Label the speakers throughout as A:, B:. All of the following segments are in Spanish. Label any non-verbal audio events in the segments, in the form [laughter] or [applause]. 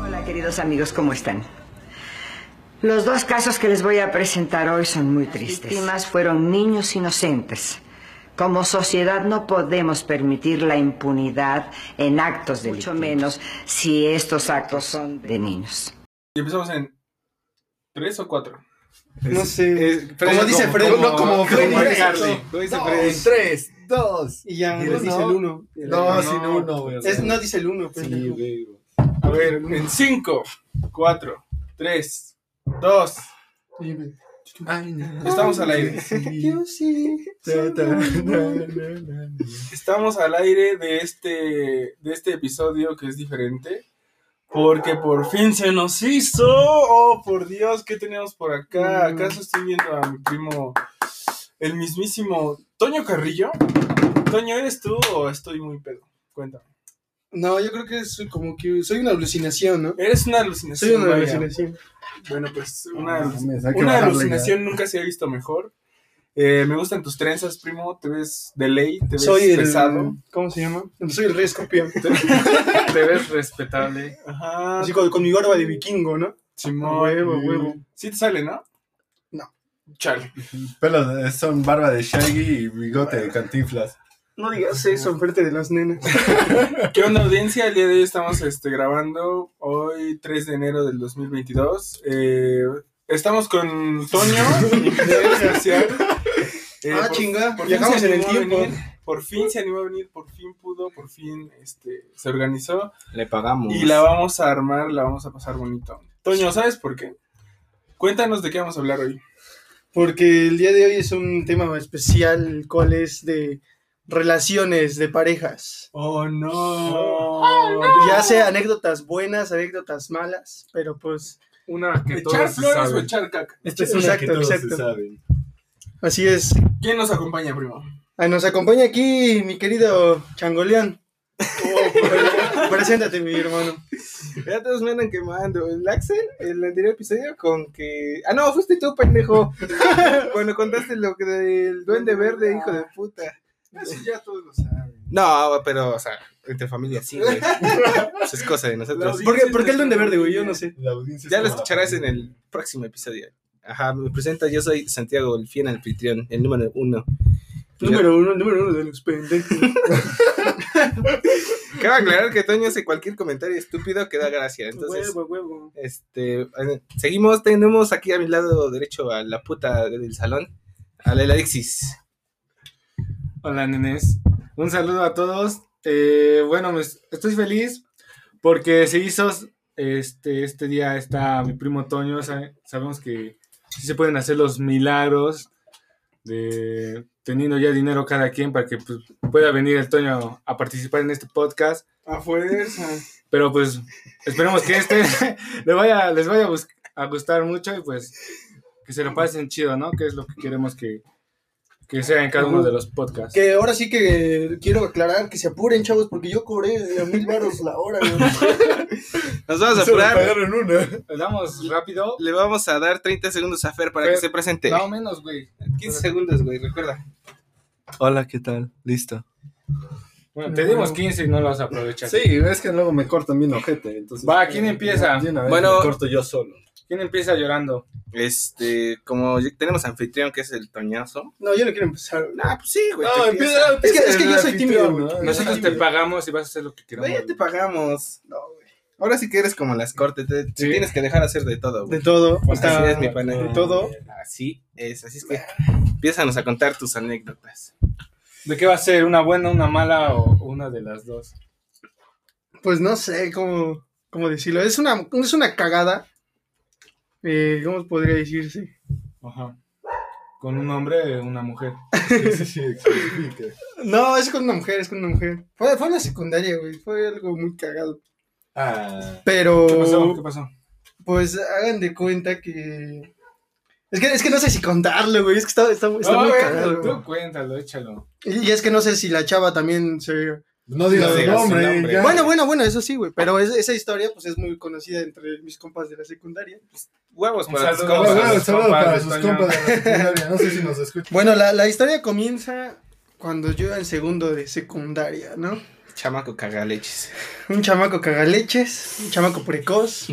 A: Hola, queridos amigos, ¿cómo están? Los dos casos que les voy a presentar hoy son muy tristes. Las víctimas fueron niños inocentes. Como sociedad no podemos permitir la impunidad en actos de mucho menos si estos actos son de niños.
B: Y empezamos en tres o cuatro.
C: No sé.
B: Es- Eh, Freddy,
C: como dice Freddy, no como Freddy.
B: Freddy Harley.
C: Lo dice
D: Dos,
C: Freddy.
D: tres, dos.
C: Y ya
D: Y
C: no
D: el
C: dice
D: no.
C: el uno.
D: No,
B: No.
D: sin uno, güey. o sea.
C: Es, no dice el uno. pues,
D: Sí,
C: pendejo.
D: güey, güey.
B: A ver, en cinco, cuatro, tres, dos.
D: Ay, no.
B: Estamos al aire.
D: Sí.
C: Yo sí.
D: Ta, ta, na, na, na, na.
B: Estamos al aire de este, de este episodio que es diferente. Porque por fin se nos hizo. Oh, por Dios, ¿qué tenemos por acá?
C: Mm.
B: ¿Acaso estoy viendo a mi primo, el mismísimo Toño Carrillo? Toño, ¿eres tú o estoy muy pedo? Cuéntame.
C: No, yo creo que es como que soy una alucinación, ¿no?
B: Eres una alucinación.
C: Soy una
B: vaya.
C: alucinación.
B: Bueno, pues una,
D: No mames, hay que
B: una
D: bajarle
B: alucinación nunca se ha visto mejor. Eh, me gustan tus trenzas, primo. Te ves de ley, te ves
C: Soy el.
B: pesado,
C: ¿Cómo se llama? Soy el rey escorpión.
E: Te ves respetable.
B: Ajá,
C: Así con, con mi gorba de vikingo, ¿no?
B: Simón.
C: Huevo, huevo.
B: Sí te sale, ¿no?
C: No.
B: Chale.
D: Pelos de- eh, son barba de Shaggy y bigote de cantinflas.
C: No digas eso enfrente de las nenas.
B: ¿Qué onda, audiencia? El día de hoy estamos este, grabando hoy, 3 de enero del 2022. Eh, estamos con Toño, ingeniero espacial. Eh,
C: Ah,
B: por-
C: chinga,
B: Por fin,
C: viajamos
B: se
C: en el
B: animó a
C: tiempo.
B: venir, por fin se animó a venir, por fin pudo, por fin este, se organizó.
E: Le pagamos.
D: Pues.
B: Y la vamos a armar, la vamos a pasar bonito. Toño, ¿sabes por qué? Cuéntanos de qué vamos a hablar hoy.
C: Porque el día de hoy es un tema especial, el cual es de relaciones de parejas.
B: Oh no.
C: Ya sea anécdotas buenas, anécdotas malas, pero pues
E: Una que
B: ¿Echar
E: todos
B: flores o
E: saben.
B: echar caca?
D: Esta
C: es una Exacto, que todos se exacto.
D: saben.
C: así es.
B: ¿Quién nos acompaña, primo?
C: Ah, Nos acompaña aquí mi querido Changoleón. Preséntate, mi hermano.
F: Ya todos me andan quemando. El Axel, en el anterior episodio, con que. Ah, no, fuiste tú, pendejo. Cuando contaste lo que del duende verde, hijo de puta.
B: Eso Ah, ya todos lo saben.
F: No, pero, o sea, entre familia sí, güey. Pues es cosa de nosotros.
C: ¿Por qué, por qué el duende verde, güey? Yo no sé.
D: La audiencia
F: Ya lo escucharás en el próximo episodio. Ajá, me presento, yo soy Santiago, el fiel anfitrión, el número uno.
C: Número uno, número uno de los pendejos.
F: Cabe aclarar que Toño hace cualquier comentario estúpido que da gracia. Entonces,
C: Huevo, huevo.
F: Este, eh, seguimos, tenemos aquí a mi lado derecho a la puta del salón, a la Alexis.
E: Hola, nenes. Un saludo a todos. Eh, bueno, me- estoy feliz porque se hizo este, este día. Está mi primo Toño. sa- Sabemos que sí se pueden hacer los milagros de teniendo ya dinero cada quien para que pues, pueda venir el Toño a participar en este podcast.
B: A fuerza.
E: Pero pues esperemos que este [laughs] le vaya, les vaya a, bus- a gustar mucho y pues que se lo pasen chido, ¿no? Que es lo que queremos que, que sea en cada uno de los podcasts.
C: Que ahora sí que quiero aclarar que se apuren, chavos, porque yo cobré a mil baros la hora, güey.
F: Nos vamos a
D: Se lo
F: apurar,
D: pagaron una.
E: ¿Le damos rápido?
F: le vamos a dar 30 segundos a Fer para
E: Fer,
F: que se presente.
E: No menos, güey.
F: 15 segundos, güey, recuerda.
D: Hola, ¿qué tal? Listo.
E: Bueno, te dimos 15 y no los aprovechas.
D: Sí, es que luego me cortan bien ojete. Entonces, eh,
E: Va, ¿quién empieza?
D: De una vez
F: Bueno.
D: me corto yo solo.
E: ¿Quién empieza llorando?
F: Este, como ya tenemos anfitrión que es el Toñazo.
C: No, yo no quiero empezar.
F: Ah, pues sí, güey.
D: No,
F: te
D: empieza.
C: Es que- es que yo soy tímido, güey.
E: Nosotros te pagamos y vas a hacer lo que queramos.
F: Güey, ya te
E: güey.
F: pagamos. No, güey. Ahora sí que eres como las cortes, te, te
E: Sí.
F: tienes que dejar hacer de todo, güey.
C: De todo.
F: Así
C: Hasta
F: es, mi pana.
C: de Pues todo.
F: Así es, así es que empiézanos a contar tus anécdotas.
E: ¿De qué va a ser? ¿Una buena, una mala o una de las dos?
C: Pues no sé cómo, cómo decirlo. Es una, es una cagada. Eh, ¿Cómo podría decirse?
E: Ajá. ¿Con un hombre o una mujer?
D: Sí, sí, sí, explica.
C: No, es con una mujer, es con una mujer. Fue, fue en la secundaria, güey. Fue algo muy cagado.
D: Ah,
C: Pero,
E: ¿Qué pasó? ¿Qué pasó?
C: pues hagan de cuenta que. Es que, es que no sé si contarlo, güey. Es que está, está, está
E: No,
C: muy
E: güey,
C: cagado. güey.
E: Ah, Tú cuéntalo, échalo.
C: Y, y es que no sé si la chava también se.
D: No digas
F: No
D: el
F: digas su
D: nombre.
F: nombre.
D: ya.
C: Bueno, bueno, bueno, eso sí, güey. Pero es- esa historia, pues es muy conocida entre mis compas de la secundaria.
F: Huevos
E: Un
F: para los
E: saludo.
D: Bueno,
F: compas.
D: bueno,
E: sus
D: saludos
E: compas
D: para
E: de
D: sus
E: Toño.
D: compas de la secundaria. No sé si nos escuchan.
C: Bueno, la, la historia comienza cuando yo iba en segundo de secundaria, ¿no?
F: Chamaco cagaleches.
C: Un chamaco cagaleches, un chamaco precoz,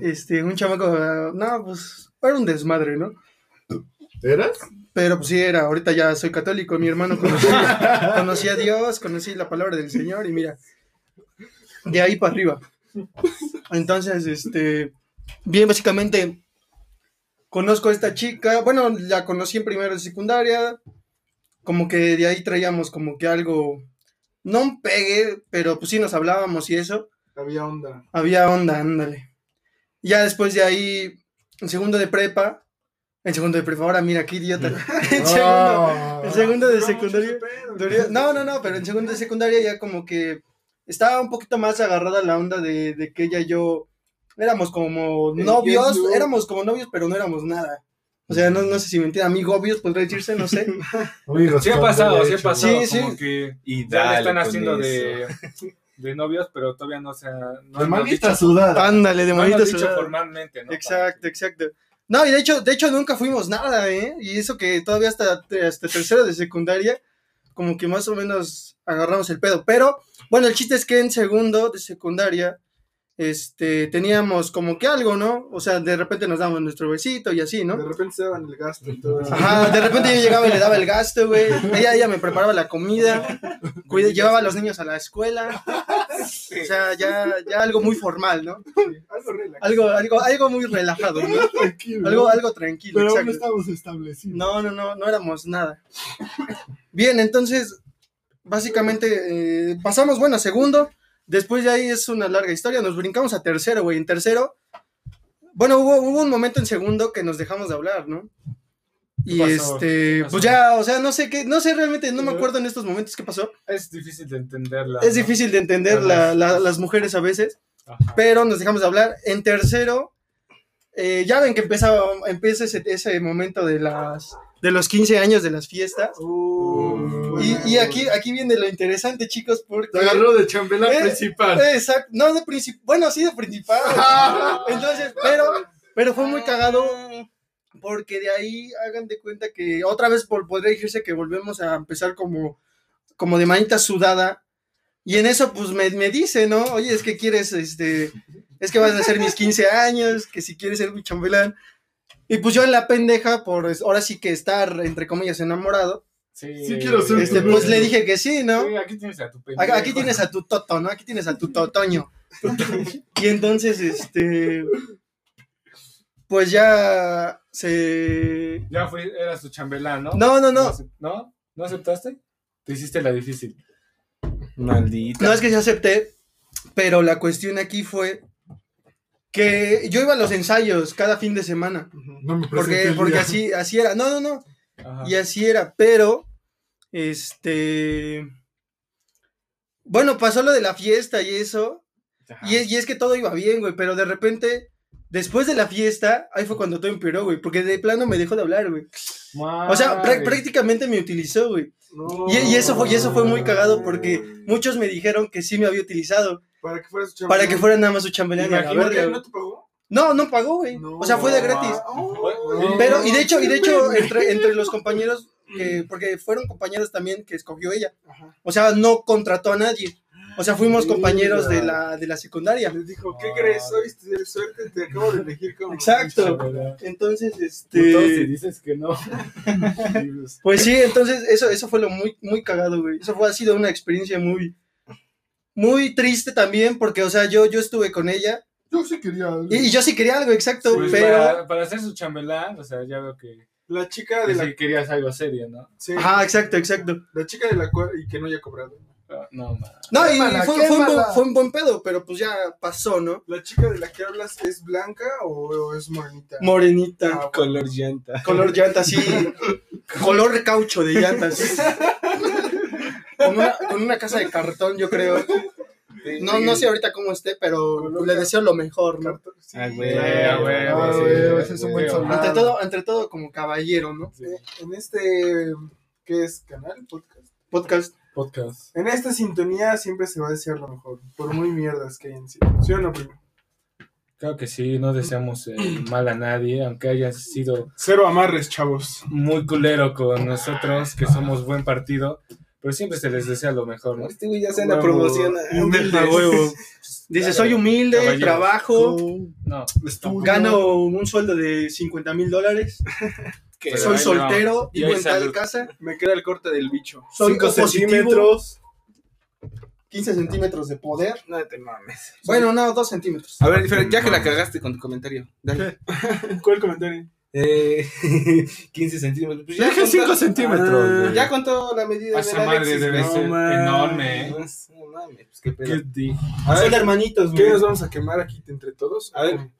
C: este, un chamaco. ah, No, pues era un desmadre, ¿no?
D: ¿Eras?
C: Pero pues sí era, ahorita ya soy católico, mi hermano conocía, conocí a Dios, conocí la palabra del Señor y mira, de ahí para arriba. Entonces, este, bien, básicamente, conozco a esta chica, bueno, la conocí en primero de secundaria, como que de ahí traíamos como que algo, no un pegue, pero pues sí nos hablábamos y eso.
B: Había onda.
C: Había onda, ándale. Ya después de ahí, en segundo de prepa, en segundo de prepa, ahora mira qué [laughs] idiota. en, segundo,
D: Ah.
C: en segundo de
B: No,
C: secundaria.
B: mucho ese pedo.
C: duré- No, no, no, pero en segundo de secundaria ya como que estaba un poquito más agarrada la onda de, de que ella y yo éramos como
B: El
C: novios,
B: yes, no.
C: éramos como novios, pero no éramos nada. O sea, no, no sé si mentira, amigobios podría decirse, no sé.
D: Amigos,
E: Sí ha
D: cuando
E: pasado,
D: he
E: sí ha
D: hecho-
E: pasado.
C: Sí,
E: Como
C: sí.
E: que
D: Y
E: ya le
D: dale
E: están
D: con
E: haciendo
D: eso.
E: de, de novios, pero todavía no se ha. No
D: De
E: han
D: manita
E: dicho-
C: [laughs]
D: sudada.
C: Ándale, de
E: no han
C: manita
E: dicho
C: sudada.
E: formalmente, ¿no?
C: Exacto, exacto. No, y de hecho, de hecho nunca fuimos nada, ¿eh? Y eso que todavía hasta, hasta tercero de secundaria, como que más o menos agarramos el pedo. Pero, bueno, el chiste es que en segundo de secundaria, este, teníamos como que algo, ¿no? O sea, de repente nos damos nuestro besito y así,
B: De
C: ¿no?
B: repente se daban el gasto y todo eso.
C: Ajá, de repente yo llegaba y le daba el gasto, güey. Ella, ella me preparaba la comida, cuida- llevaba a los niños a la escuela. O sea, ya, ya algo muy formal, ¿no?
B: Algo relax.
C: Algo, algo, algo muy relajado, ¿no? Algo, algo tranquilo.
D: Pero aún
C: exacto.
D: no estamos establecidos.
C: No, no, no, no éramos nada. Bien, entonces, básicamente, eh, pasamos, bueno, a segundo. Después de ahí es una larga historia. Nos brincamos a tercero, güey. En tercero, bueno, hubo, hubo un momento en segundo que nos dejamos de hablar, ¿no? Y
E: ¿Qué pasó?
C: este,
E: pasó?
C: pues ya, o sea, no sé qué, no sé realmente, no me acuerdo en estos momentos qué pasó.
E: Es difícil de entenderla.
C: Es
E: ¿no?
C: difícil de entender la- la- las mujeres a veces
E: Ajá.
C: pero nos dejamos de hablar. En tercero, eh, ya ven que empieza, empieza ese, ese momento de, las, de los 15 años de las fiestas. Y, y aquí, aquí viene lo interesante, chicos, porque...
D: Te agarró de chambelán
C: Eh,
D: principal.
C: Exacto, no de principal, bueno, sí de
D: [laughs]
C: principal. Entonces, pero, pero fue muy cagado porque de ahí hagan de cuenta que otra vez por, podría decirse que volvemos a empezar como, como de manita sudada. Y en eso, pues me, me dice, ¿no? Oye, es que quieres, este, es que vas a hacer mis 15 años, que si quieres ser mi chambelán. Y pues yo en la pendeja, por es- ahora sí que estar, entre comillas, enamorado,
E: Sí,
D: Sí quiero ser
C: este, pues le dije que sí, ¿no?
E: Sí, aquí tienes a tu
C: Aquí,
E: pendejo.
C: aquí tienes a tu Toto, ¿no? Aquí tienes a tu Totoño. Y entonces, este. Pues ya se.
E: Ya fue, eras tu chambelán, ¿no?
C: No, no, no.
E: acep- ¿No? ¿No aceptaste? Te hiciste la difícil.
F: Maldita.
C: No es que se acepté, pero la cuestión aquí fue que yo iba a los ensayos cada fin de semana.
D: No me presenté
C: Porque,
D: el
C: porque
D: día.
C: así, así era. No, no, no.
E: Ajá.
C: Y así era, pero. Este. Bueno, pasó lo de la fiesta y eso. Y es, y es que todo iba bien, güey, pero de repente, después de la fiesta, ahí fue cuando todo empeoró, güey, porque de plano me dejó de hablar, güey. O sea, prá-
E: Madre.
C: prácticamente me utilizó, güey.
B: No.
C: Y, y eso fue, y eso fue muy cagado porque muchos me dijeron que sí me había utilizado
B: Para que fueras
C: para que fuera nada más su chambelán. y a la
E: Imagínate,
C: verga,
B: ¿No,
C: güey.
B: te pagó?
C: No, no pagó, güey.
B: No.
C: O sea, fue de gratis.
B: Oh,
C: Pero, y de hecho, y de
B: [laughs]
C: hecho, eh, entre, entre los compañeros, que, porque fueron compañeros también que escogió ella. O sea, no contrató a nadie. O sea, fuimos
B: Ah,
C: compañeros de la, de la secundaria.
B: Les dijo, ¿qué crees? Soy de suerte, te acabo de elegir como.
C: Exacto.
E: Chambelán.
C: Entonces,
E: Entonces, si
C: este.
E: dices que no.
C: Pues sí, entonces eso, eso fue lo muy, muy cagado, güey. Eso fue, ha sido una experiencia muy, muy triste también, porque, o sea, yo, yo estuve con ella
D: Yo sí quería.
C: y, y yo sí quería algo, exacto,
E: Pues
C: pero.
E: para, para hacer su chambelán, o sea, ya veo que,
B: La chica de
E: que
B: la.
E: sí querías algo serio, ¿no?
B: sí,
C: Ajá, exacto, exacto.
B: La chica de la cual. Y que no haya cobrado.
E: No, ma.
C: No, y
D: Quémala,
C: fue, fue un buen,
D: quémala.
C: fue un buen pedo, pero pues ya pasó, ¿no?
B: ¿La chica de la que hablas es blanca o, o es morenita?
C: Morenita.
B: Ah,
F: Color llanta.
C: Color llanta, [laughs] sí. Color caucho de llantas. [laughs] Con una, con una casa de cartón, yo creo. No, no sé ahorita cómo esté, pero le deseo lo mejor, ¿no?
B: Cartón, sí.
F: Ah, güey,
E: Ah, güey,
D: Ah,
E: güey,
D: güey,
E: sí,
D: ese es un
E: güey,
D: buen soldado.
C: Ante todo, ante todo como caballero, ¿no?
E: sí.
B: Eh, En este. ¿Qué es? ¿Canal? ¿Podcast?
C: Podcast.
E: Podcast.
B: En esta sintonía siempre se va a desear lo mejor, por muy mierdas que hayan sido. ¿Sí o no, primo?
E: Claro que sí, no deseamos eh, mal a nadie, aunque hayas sido
B: Cero amarres, chavos.
E: muy culero con nosotros, que somos buen partido. Pero siempre se les desea lo mejor, ¿no?
F: Este güey ya se la promociona.
E: A huevo.
C: Dice, soy humilde,
E: Caballero.
C: trabajo,
E: No.
D: Estudio.
C: gano un sueldo de 50 mil dólares,
E: que-
C: soy
E: ay, no.
C: soltero,
E: Y
C: vivo
E: hoy
C: en tal
E: salud.
C: casa,
B: Me queda el corte del bicho.
C: soy
D: 5
C: positivo,
D: centímetros.
C: 15 centímetros de poder.
F: No te mames.
C: Bueno, no, 2 centímetros.
F: A ver, Fer, ya que la cagaste con tu comentario. Dale.
B: ¿Cuál comentario? [laughs]
F: Eh, 15 centímetros. Pues
D: Dije
F: contó-
D: 5
B: Ah,
D: centímetros. güey.
F: Ya contó la medida
E: A
F: de
E: esa madre debe ser enorme. ¿eh?
F: No mames, pues qué pedo.
E: ¿Qué dije?
B: A
C: Son
B: ver,
C: hermanitos,
B: ¿qué
C: güey.
B: nos vamos a quemar aquí entre todos?
F: A ver.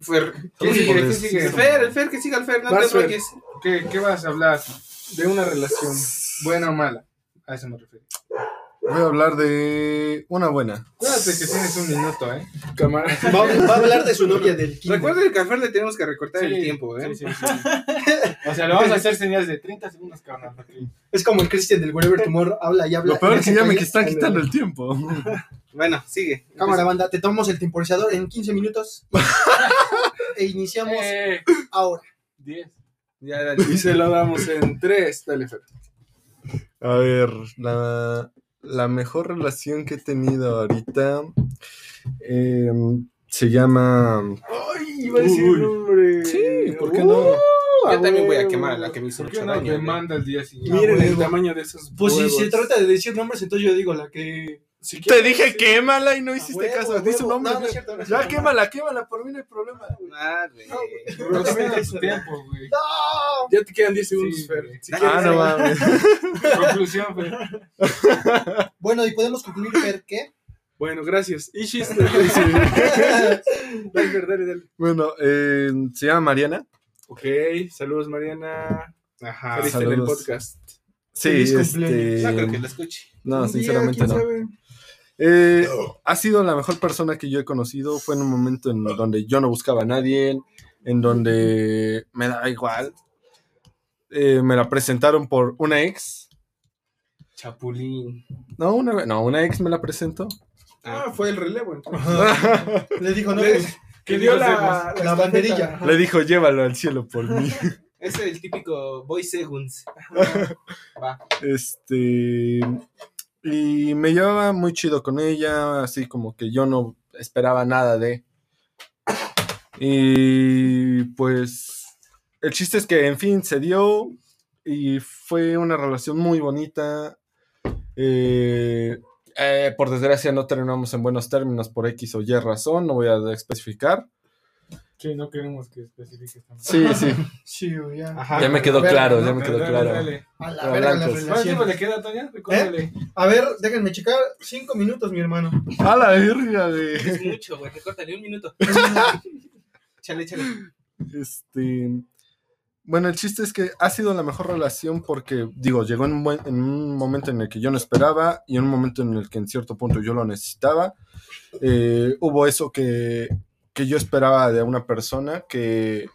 F: Fer.
E: ¿Quién sigue? ¿Quién sigue?
F: El Fer, el Fer, que siga el Fer, no
E: Vas,
F: te
E: Fer.
F: enrolles.
E: ¿Qué, qué vas a hablar? De una relación, buena o mala. A eso me refiero.
D: Voy a hablar de una buena.
E: Acuérdate que tienes un minuto, ¿eh?
B: Cámara.
C: Va, va a hablar de su novia del kinder.
F: Recuerden que al Fer le tenemos que recortar
E: Sí,
F: el tiempo, ¿eh?
E: sí, sí, sí. O sea, le vamos a hacer señales de 30 segundos, carnal. porque-
C: Es como el Christian del Whatever Tomorrow, habla y habla.
D: Lo peor
C: y
D: es que
C: [laughs]
D: ya me
C: hace
D: están
C: callar.
D: quitando el tiempo.
F: Bueno, sigue.
C: Cámara, banda, te tomamos el temporizador en 15
D: [laughs]
C: minutos e iniciamos
E: Eh,
C: ahora.
E: 10.
F: Ya, dale.
B: Y se lo damos en tres, dale, Fer.
D: A ver, la, la mejor relación que he tenido ahorita eh, se llama... eh,
B: Ay, iba a decir un nombre.
D: Sí, ¿por qué no?
F: Yo también voy a quemar a la que me hizo
E: Uh, ¿Por qué
F: mucho
E: no
F: daño.
E: me
F: güey.
E: manda el día siguiente?
B: Miren Ah, el
C: huevo.
B: tamaño de esos
C: Pues si
B: huevos.
C: se trata de decir nombres, entonces yo digo la que.
B: Si
D: Te
B: quieres-
D: dije quémala y no
C: A
D: hiciste
C: Ah, huevo,
D: caso.
C: a
D: Dice
C: huevo.
D: un nombre.
C: No, no es cierto, no es
D: Ya
C: cierto.
D: quémala, quémala, por mí no hay problema.
F: Ah, güey.
E: Pero respeta tu tiempo, güey.
C: ¡No!
B: Ya te quedan 10 segundos,
E: Sí,
B: Fer.
E: güey.
B: Si
D: Ah, [laughs] no mames.
E: Conclusión, pues. güey.
C: Bueno, y podemos concluir, Fer, ¿qué?
B: Bueno, gracias. [laughs] Ishis, dale, Fer, dale, dale.
D: Bueno, eh, se llama Mariana.
B: Ok, saludos, Mariana.
F: Ajá.
B: Saliste en el
D: saludos.
B: podcast.
D: Sí,
C: Feliz cumpleaños.
D: este.
F: No creo que lo escuche.
D: No,
B: Un día,
D: sinceramente
B: quién
D: no.
B: sabe.
D: Eh, ha sido la mejor persona que yo he conocido. Fue en un momento en donde yo no buscaba a nadie, en donde me daba igual. Eh, me la presentaron por una ex.
F: Chapulín.
D: No, una, no, una ex me la presentó.
B: Ah, fue el relevo, entonces.
C: Le dijo, no,
B: Le-
C: pues,
B: Que dio la,
C: la banderilla.
D: Le dijo, llévalo al cielo por
F: [laughs]
D: mí.
F: Es el típico boy seconds.
D: Este. Y me llevaba muy chido con ella, así como que yo no esperaba nada de. Y pues. El chiste es que, en fin, se dio. Y fue una relación muy bonita. Eh, eh, por desgracia, no terminamos en buenos términos por X o Y razón, no voy a especificar.
E: Sí, no queremos que especifiques tampoco.
D: Sí, sí,
C: Sí, güey, ya.
D: [laughs]
F: Ajá.
D: ya me quedó
C: Pero,
D: claro, ya
E: No,
D: me
E: pero
D: quedó
E: dale,
D: claro.
E: dale.
C: Ah, A la verga la
D: Blancos.
E: ¿Cuánto tiempo
C: relación.
E: le queda, Toña? Recuérdale.
C: A ver, déjenme checar. Cinco minutos, mi hermano.
D: A la verga, [laughs] güey.
F: Es mucho, güey. Recórtale un minuto. Chale, chale.
D: Este. Bueno, el chiste es que ha sido la mejor relación porque, digo, llegó en un, buen- en un momento en el que yo no esperaba y en un momento en el que en cierto punto yo lo necesitaba. Eh, hubo eso que, que yo esperaba de una persona que,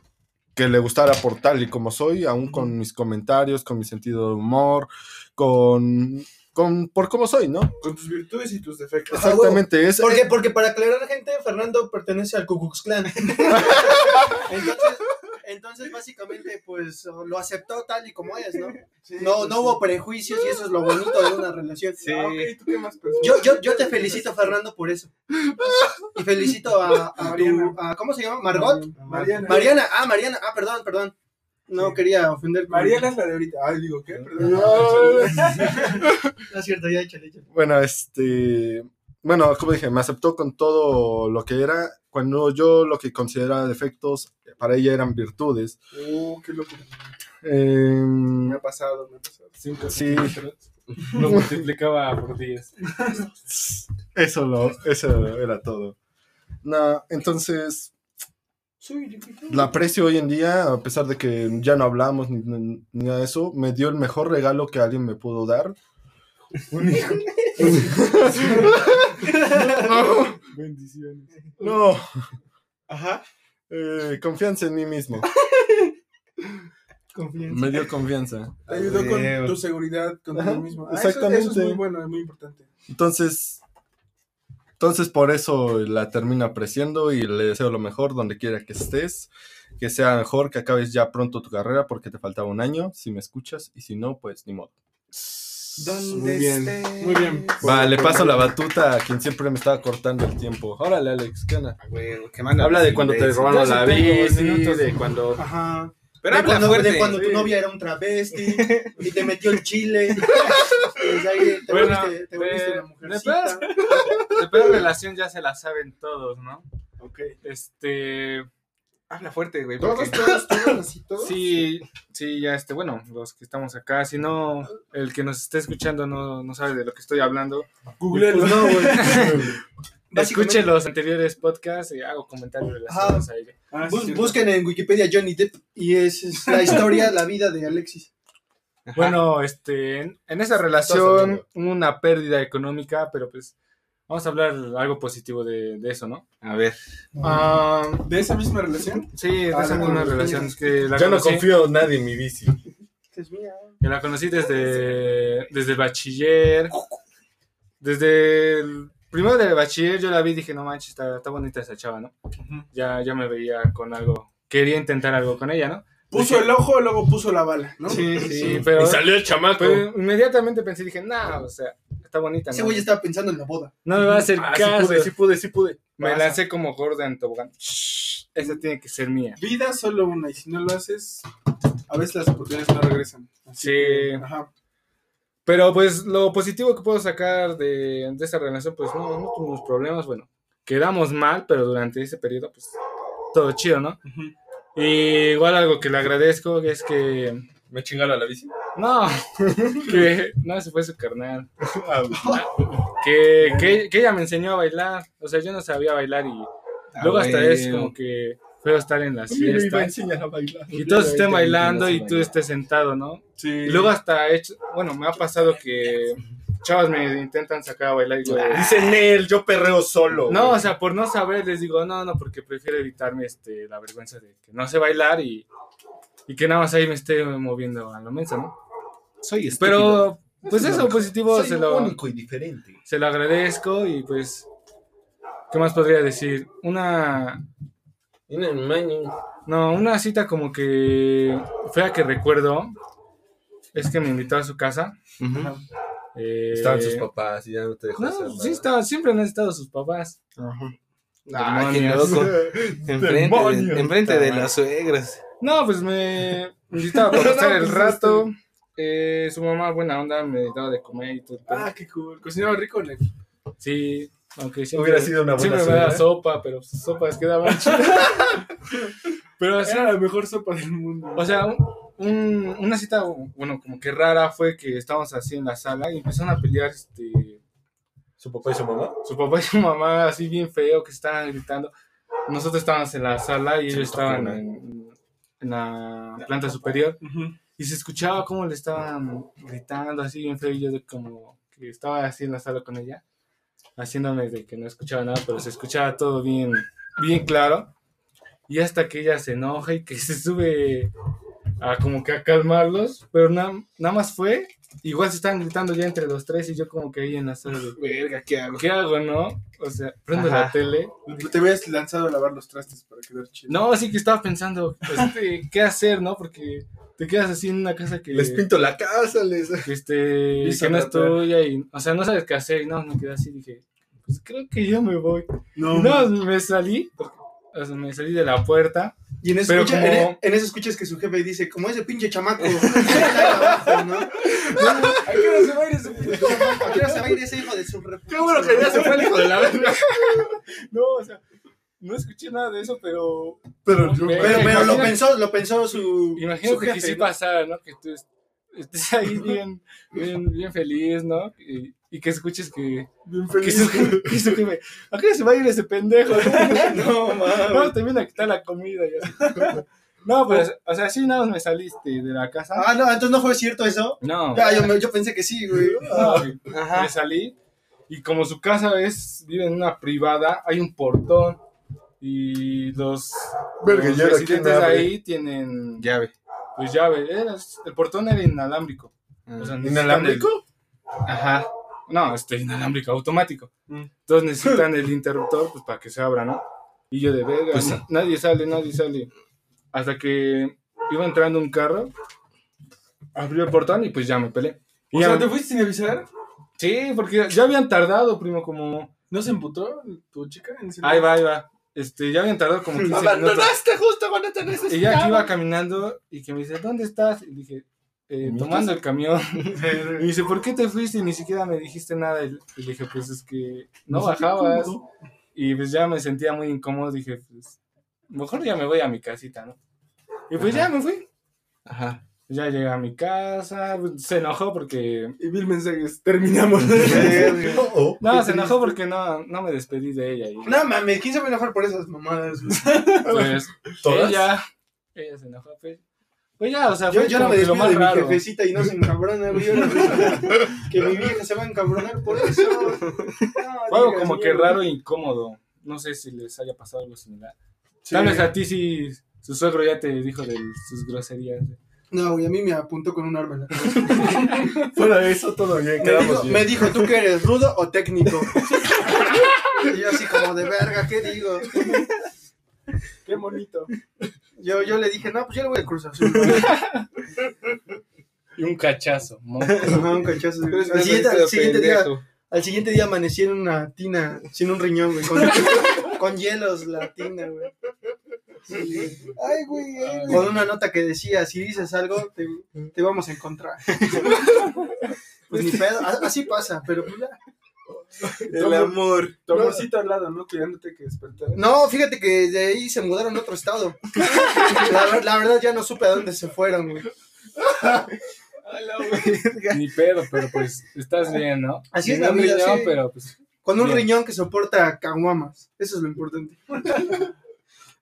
D: que le gustara por tal y como soy, aún con mis comentarios, con mi sentido de humor, con, con por cómo soy, ¿no?
B: Con tus virtudes y tus defectos.
C: Ajá, huevo.
D: Exactamente, es,
C: Ah, ¿Por qué? Porque para aclarar, gente, Fernando pertenece al Ku Klux Klan. Entonces, entonces, básicamente, pues lo aceptó tal y como es, ¿no?
F: pues
C: No, no hubo prejuicios y eso es lo bonito de una relación.
B: Ah, ok, ¿tú qué más personas?
C: Yo, yo, yo te felicito, Fernando, por eso. Y felicito a, a tu-
B: Mariana.
C: a- ¿Cómo se llama? ¿Margot?
B: Mariana.
C: Mariana, ah, Mariana, ah, perdón, perdón. No quería ofender. con-
B: Mariana es la de ahorita. Ay, digo, ¿qué? Perdón.
C: No es Ah, cierto, ya échale, échale.
D: Bueno, este. Bueno, como dije, me aceptó con todo lo que era. Cuando yo lo que consideraba defectos, eh, para ella eran virtudes.
B: Uh, qué loco.
D: Eh,
B: Me ha pasado, me ha pasado.
E: Cinco
D: Sí.
E: [laughs] centímetros. Lo multiplicaba por 10.
D: eso, lo, eso era todo. No, entonces, la aprecio hoy en día, a pesar de que ya no hablamos ni, ni- ni nada de eso. Me dio el mejor regalo que alguien me pudo dar. Un
B: [laughs]
D: hijo.
E: Bendiciones.
D: [laughs] no,
C: Ajá,
D: eh, confianza en mí mismo.
C: confianza.
D: Me dio confianza.
B: Te ayudó con
F: Leo.
B: tu seguridad, con
D: Ajá,
B: tú mismo. Ah, eso-
D: exactamente.
B: Eso, es muy bueno, es muy importante.
D: Entonces, entonces por eso la termino apreciando y le deseo lo mejor donde quiera que estés. Que sea mejor, que acabes ya pronto tu carrera porque te faltaba un año, si me escuchas, y si no, pues ni modo.
B: Muy bien,
F: estés.
B: muy bien.
D: Va, le paso la batuta a quien siempre me estaba cortando el tiempo. Órale, Alex, ¿qué onda?
F: Ah, güey, quemando
D: Habla
F: los
D: de cuando te
F: imbéciles.
D: robaron la
E: dos
D: bici,
E: minutos.
D: de cuando...
C: Ajá.
F: Pero
C: de
F: habla
C: cuando,
F: fuerte.
C: de cuando tu novia era un travesti y te metió el chile. Pues ahí te
E: Bueno,
C: volviste, te volviste
E: eh,
C: una mujercita.
E: De peor relación ya se la saben todos, ¿no?
C: Ok.
E: Este.
F: Habla fuerte, güey. porque-
B: Todos, todos, todos, así, todos.
E: Sí, sí, ya este, bueno, los que estamos acá, si no, el que nos está escuchando no, no sabe de lo que estoy hablando.
B: Googlealo.
E: Pues no, güey.
C: Básicamente-
E: Escuche los anteriores podcasts y hago comentarios relacionados a ello.
B: Ah, sí,
C: Bus-
B: cierto.
C: busquen en Wikipedia Johnny Depp y es, es la historia, la vida de Alexis.
F: Ajá.
E: Bueno, este, en, en esa relación, una pérdida económica, pero pues vamos a hablar algo positivo de, de eso, ¿no?
F: A ver.
E: Ah,
B: ¿De esa misma relación?
E: sí,
B: Ah,
E: esa
B: no,
E: fue una
B: no,
E: relación que la
D: Yo no
E: conocí-
D: confío en nadie en mi bici.
C: Es mía.
E: Que la conocí desde, desde el bachiller. Desde el primero del bachiller yo la vi y dije, no manches, está, está bonita esa chava, ¿no? Ya, ya me veía con algo. Quería intentar algo con ella, ¿no?
B: Puso el ojo, luego puso la bala, ¿no?
E: Sí, sí, pero,
D: Y salió el chamaco.
E: pero inmediatamente pensé, dije, no, o sea, está bonita,
C: Ese
E: ¿no?
C: güey estaba pensando en la boda.
E: No me va a hacer
D: Ah, sí
E: caso.
D: pude, sí pude, sí pude.
E: me
D: Pasa.
E: lancé como gorda en tobogán. Shh, Esa tiene que ser mía.
B: Vida solo una, y si no lo haces, a veces las oportunidades no regresan. Así
E: Sí.
B: que, Ajá.
E: Pero pues lo positivo que puedo sacar de, de esta relación, pues no, no tuvimos problemas, bueno, quedamos mal, pero durante ese periodo, pues todo chido, ¿no? Y igual algo que le agradezco es que,
D: Me chingaron la bici.
E: no, [laughs] que no, se fue su carnal, que, que, que ella me enseñó a bailar, o sea, yo no sabía bailar y
F: Ah,
E: luego hasta
F: güey.
E: es como que feo estar en las
D: me iba a
E: fiestas.
D: enseñar a
B: [laughs]
D: bailar.
E: Y todos
F: Obviamente,
E: estén bailando
F: no sé
E: y tú
F: bailar.
E: estés sentado, ¿no?
B: Sí.
E: Y luego hasta he hecho, bueno, me ha pasado que chavas me intentan sacar a bailar y digo,
D: Dice Nel, yo perreo solo.
E: no,
D: güey.
E: o sea, por no saber les digo, no, no, porque prefiero evitarme este, la vergüenza de que no sé bailar y, y que nada más ahí me esté moviendo a la mesa, ¿no?
D: soy estúpido.
E: Pero, pues eso, positivo,
D: soy
E: se lo,
D: único y diferente.
E: se lo agradezco y pues, ¿qué más podría decir? Una, no, una cita como que fea que recuerdo es que me invitó a su casa.
B: Ajá.
E: eh,
D: Estaban sus papás y ya no te dejó hacer
E: No,
D: nada.
E: sí, estaba, siempre han estado sus papás.
F: Ah, qué
E: Demonios.
F: loco. Enfrente,
D: Demonios.
F: de, enfrente de las suegras.
E: [laughs] No, pues me invitaba a conocer el rato. Eh, su mamá, buena onda, me daba de comer y todo. el pedo.
B: Ah, qué cool. Cocinaba rico, Nel.
E: Sí, aunque siempre,
D: Hubiera sido una buena
E: siempre me daba
D: suegra.
E: sopa, pero sus sopas quedaban chidas. pero así,
B: Era la mejor sopa del mundo.
E: o sea, un- un- una cita, bueno, como que rara fue que estábamos así en la sala y empezaron a pelear este,
D: ¿Su papá y su mamá?
E: su papá y su mamá así bien feo que estaban gritando. Nosotros estábamos en la sala y ellos estaban en, en la planta superior
B: Ujú.
E: y se escuchaba cómo le estaban gritando así bien feo y yo de como que estaba así en la sala con ella haciéndome de que no escuchaba nada pero se escuchaba todo bien bien claro y hasta que ella se enoja y que [laughs] se sube a como que a calmarlos pero na- nada más fue igual se estaban gritando ya entre los tres y yo como que ahí en la sala de,
F: [laughs] Verga, ¿qué hago?
E: ¿Qué hago, no? O sea, prendo
F: Ajá.
E: la tele.
B: Te habías lanzado a lavar los trastes para quedar chido.
E: No, sí que estaba pensando, este, [laughs] ¿qué hacer, no? Porque te quedas así en una casa que,
D: Les pinto la casa, les...
E: que, este,
D: Piso
E: que no es
D: trapear.
E: tuya y, o sea, no sabes qué hacer. Y no, me quedé así, dije, pues creo que yo me voy.
B: No.
E: No, me salí, o sea, me salí de la puerta.
C: Y en eso,
E: Pero
C: escucha-
E: como-
C: en, e, en eso escuchas que su jefe dice, como ese pinche chamaco. está ahí abajo, ¿no?
B: ¿A qué hora se va a ir ese pinche chamaco?
C: ¿A qué hora se va a ir ese hijo de su rep-
D: Qué bueno que ya se fue el hijo de la verga.
E: [laughs] No, o sea, no escuché nada de eso, pero...
D: Pero yo...
E: Pero-
C: Pero, pero lo
E: Imagina-
C: pensó, lo pensó su.
E: Imagino
C: su
E: que,
C: jefe,
E: sí
C: ¿no?
E: pasara, ¿no? Que tú est- estés ahí bien, bien, bien feliz, ¿no? Y, y que escuches que...
B: Bien
E: Que
B: feliz.
E: su, que su jefe, ¿a qué hora se va a ir
D: [laughs]
E: ese pendejo?
C: [laughs] No, mames.
E: No, te viene a quitar la comida. y así. [laughs] No, pues, o sea, sí, nada más me saliste de la casa.
C: Ah, no, entonces no fue cierto eso.
E: No,
C: Ya, yo, me- yo pensé que sí, güey.
E: no, me
F: Ajá.
E: salí. Y como su casa es, vive en una privada, hay un portón. Y los,
D: Verga,
E: los
D: ¿y ahora quién
E: residentes
D: abre?
E: ahí tienen,
F: Llave.
E: pues llave. Era- el portón era inalámbrico. O sea, necesitan
D: ¿Inalámbrico?
E: el- ajá. No, este, inalámbrico, automático.
B: Mm. [laughs]
E: Entonces necesitan el interruptor, pues, para que se abra, ¿no? Y yo de verga,
D: Pues,
E: na- nadie sale, nadie sale. Hasta que iba entrando un carro, abrió el portón y pues ya me pelé.
B: O
E: Y
B: sea,
E: a-
B: ¿te fuiste sin avisar?
E: Sí, porque ya habían tardado, primo, como.
B: ¿No se emputó tu chica? ¿En serio?
E: Ahí va, ahí va. Este, ya habían tardado como 15 minutos.
C: justo cuando te
E: Y ya que iba caminando y que me dice, ¿dónde estás? Y dije, "Eh,
D: ¿Dónde
E: tomando el camión. [laughs] y dice, ¿por qué te fuiste? Y ni siquiera me dijiste nada. Y y dije, pues es que no bajabas. Y pues ya me sentía muy incómodo. Dije, pues mejor ya me voy a mi casita, ¿no? Y pues ya me fui.
D: Ajá.
E: Ya llegué a mi casa. Se enojó porque...
B: Y mil mensajes. Terminamos.
D: Oh,
E: No, se enojó porque no, no me despedí de ella. Y
C: No mames, ¿quién se va a enojar por esas mamadas? güey?
E: pues
D: ¿Todas?
E: ella... Ella se enojó, pues. Pues ya, o sea,
C: Yo,
E: fue
C: yo no
E: como
C: me
E: que lo
C: despido
E: más
C: de mi
E: raro.
C: jefecita y no se encabrona, güey. Yo no sé que mi vieja se va a encabronar por
E: [laughs]
C: eso. No,
E: Fue algo
C: digas,
E: como que
C: mierda.
E: raro e incómodo. No sé si les haya pasado algo similar. Tal vez a ti sí, su suegro ya te dijo de sus groserías.
C: No, güey, a mí me apuntó con un arma. en la cabeza.
D: Fuera de eso, todo bien,
C: Me dijo,
D: quedamos bien.
C: me dijo, ¿tú que eres rudo o técnico? Y yo así como de verga, ¿qué digo?
B: Qué bonito.
C: Yo, yo le dije, no, pues yo le voy a cruzar. Azul.
E: Y un cachazo. [laughs]
C: Ajá, un cachazo.
F: Pues,
B: Pero es
C: Al
B: una
C: siguiente,
B: risa de
C: al siguiente día,
B: pendejo.
C: al siguiente día amanecí en una tina, sin un riñón, güey. Con, [laughs] con hielos la tina, güey. Sí.
F: Ay, güey. ay, güey.
C: Con una nota que decía, si dices algo, te, te vamos a
F: [laughs]
C: encontrar. Pues ni pedo, a- así pasa, pero pues ya.
B: Tu
F: El
B: amor-
F: amor.
B: Tu amorcito al lado, ¿no? Cuidándote que despertar.
C: No, fíjate que de ahí se mudaron a otro estado. La, ver- la verdad ya no supe a dónde se fueron, güey.
E: Ni pedo, pero pues estás bien, ¿no?
C: Así es
E: Ni
C: la
E: un
C: vida,
E: riñón,
C: sí.
E: pero pues.
C: Con un
E: Bien.
C: riñón que soporta caguamas. Eso es lo importante.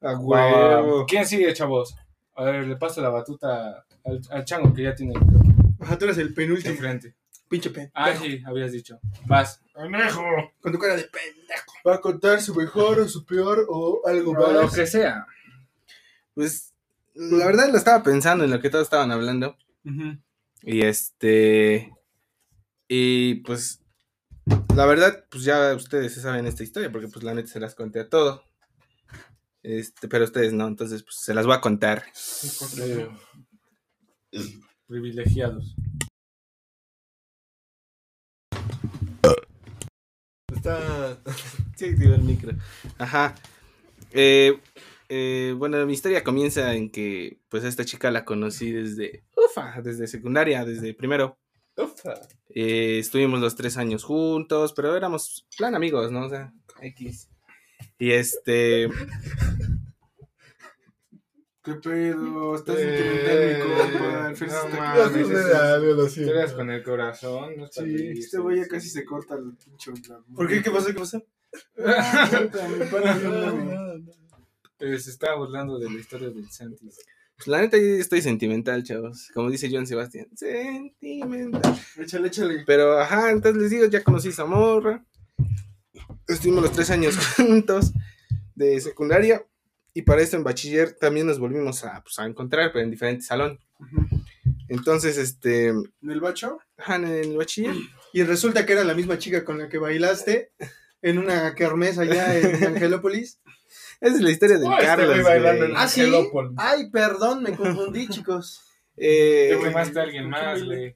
B: A
E: wow. ¿Quién sigue, chavos? A ver, le paso la batuta al, al chango que ya tiene creo
C: Ajá, tú eres el
E: que,
C: penúltimo.
E: enfrente.
C: Pinche pendejo.
E: Ah, sí, habías dicho. Vas.
C: Con tu cara de pendejo.
B: Va a contar su mejor o su peor o algo
E: Lo
B: más.
E: que sea.
F: Pues, la verdad lo estaba pensando en lo que todos estaban hablando. Y este. Y pues. La verdad, pues ya ustedes se saben esta historia, porque pues la neta se las conté a todo. Este, pero ustedes no, entonces pues se las voy a contar.
E: Eh, privilegiados.
F: Está. sí, activó el micro. Ajá. Eh, eh, bueno, mi historia comienza en que, pues, a esta chica la conocí desde. Ufa, desde secundaria, desde primero. Eh, estuvimos los tres años juntos, pero éramos plan amigos, ¿no? O sea, X. Y este.
B: ¿Qué pedo? Estás
E: Eh,
B: sentimental, mi compa. Al fin
E: no
B: se está
E: mames.
B: quedando.
E: Tú eras con el corazón. No está
B: Sí,
E: triste.
B: este güey ya casi se corta el pincho.
C: ¿Por qué? ¿Qué pasó? ¿Qué pasó?
E: Eh, se estaba burlando de la historia del Santis.
F: Pues, la neta, yo estoy sentimental, chavos. Como dice John Sebastián. Sentimental.
B: [laughs] Échale, échale.
F: Pero, ajá, entonces les digo, ya conocí a esa morra. Estuvimos los tres años [laughs] juntos de secundaria. Y para esto en bachiller también nos volvimos a, pues, a encontrar, pero en diferente salón. Entonces, este,
B: ¿En el bacho?
F: ajá, en el bachiller.
C: Y resulta que era la misma chica con la que bailaste en una kermés allá en Angelópolis.
F: Esa es la historia del Carlos. güey.
C: Ah, sí. Ay, perdón, me confundí, chicos.
F: Eh,
E: Te quemaste a alguien más, güey.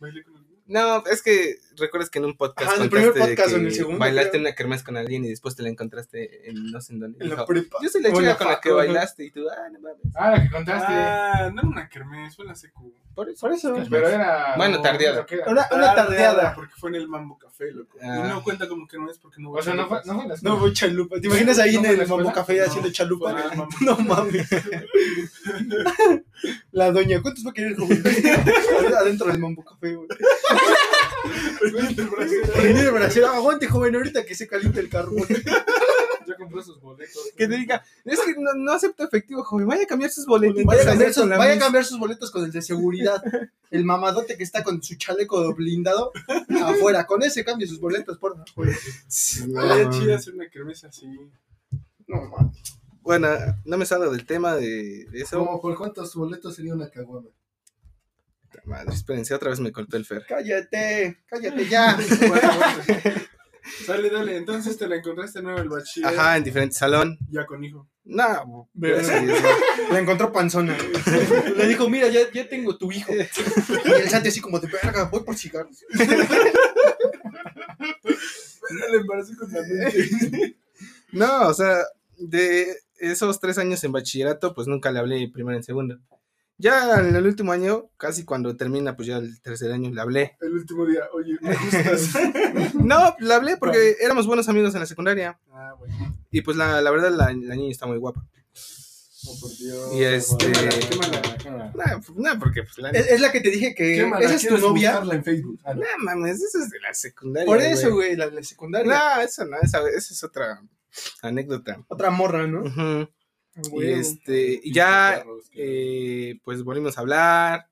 B: Bailé con el-
F: no, es que recuerdas que en un podcast.
C: Ajá, en el primer
F: contaste de
C: podcast o en
F: que
C: el segundo,
F: Bailaste
C: creo.
F: en una kermés con alguien y después te la encontraste en no sé en dónde.
C: En la
F: Dijo,
C: prepa.
F: Yo soy la
C: O en
F: chica con la
C: facu,
F: que
C: ajá.
F: bailaste y tú, ah, no mames.
E: Ah, la que contaste.
B: Ah, no era una kermés, fue en la secu.
F: Por eso.
C: Por eso.
E: pero era.
F: Bueno, tardeada.
C: Una, una
B: Ah, nada,
C: tardeada.
B: Porque fue en el Mambo Café, loco.
F: Ah.
B: Y no cuenta como que no es porque no
E: O sea, no fue, no fue en la
C: No,
E: escuela.
C: fue chalupa. ¿Te imaginas ahí
E: ¿No
C: en
E: fue en
C: el
E: la escuela?
C: Mambo Café
B: No,
C: haciendo chalupa?
B: fue en el Mambo
C: [laughs] No mames. La doña, ¿cuántos va a querer güey? [laughs] Adentro del Mambo Café, güey. Prendí el brasero. Aguante, joven, ahorita que se caliente el carbón.
E: Yo compré sus boletos.
F: Que te diga, es que no, no acepto efectivo, joven. Vaya a cambiar sus boletitos.
C: Vaya a cambiar
F: Ayer
C: sus,
F: con la
C: vaya a
F: misma.
C: cambiar sus boletos con el de seguridad. El mamadote que está con su chaleco blindado afuera. Con ese cambie sus boletos, por favor.
B: Estaría chida hacer una kermés así.
C: No mames.
F: Bueno, no me salgo del tema de, de eso.
D: Como por cuántos boletos sería una caguama.
F: Madre, espérense, otra vez me cortó el Fer.
C: [laughs] Cállate, cállate ya.
B: Bueno, bueno. Sale, dale. Entonces te la encontraste nueva el bachiller.
F: Ajá, en diferente salón.
B: Ya con
C: [laughs]
B: hijo.
F: No,
C: Pero-
F: [laughs] sí, sí.
C: La encontró panzona.
G: Le dijo, mira, ya, ya tengo tu
C: [laughs]
G: hijo.
C: Y el Santi así como de verga, voy por cigarros.
B: Pero le embarazó con la [laughs] mente.
F: no, o sea, de esos tres años en bachillerato, pues nunca le hablé primero en segundo. Ya en el último año, casi cuando termina, pues ya el tercer año le hablé.
B: El último día, oye,
F: [laughs]
B: me gustas.
F: No, le hablé porque éramos buenos amigos en la secundaria.
B: ah, bueno.
F: Y pues la, la verdad, la, la niña está muy guapa.
B: Oh, por Dios.
F: Y este-
B: Qué mala, qué mala.
F: No, pues, no, porque pues la
C: Es, es la que te dije que.
B: Qué mala,
C: Esa es tu
B: ¿quieres
C: novia.
B: buscarla en Facebook. Ah, no.
F: No mames, eso es de la secundaria.
C: Por eso, güey, la, la secundaria.
F: No, eso no, esa, esa es otra anécdota.
C: Otra morra, ¿no?
F: Ujú. Y
C: Güey. Ah,
F: este, y
B: Pinche
F: ya,
B: perros, qué-
F: eh, pues volvimos a hablar.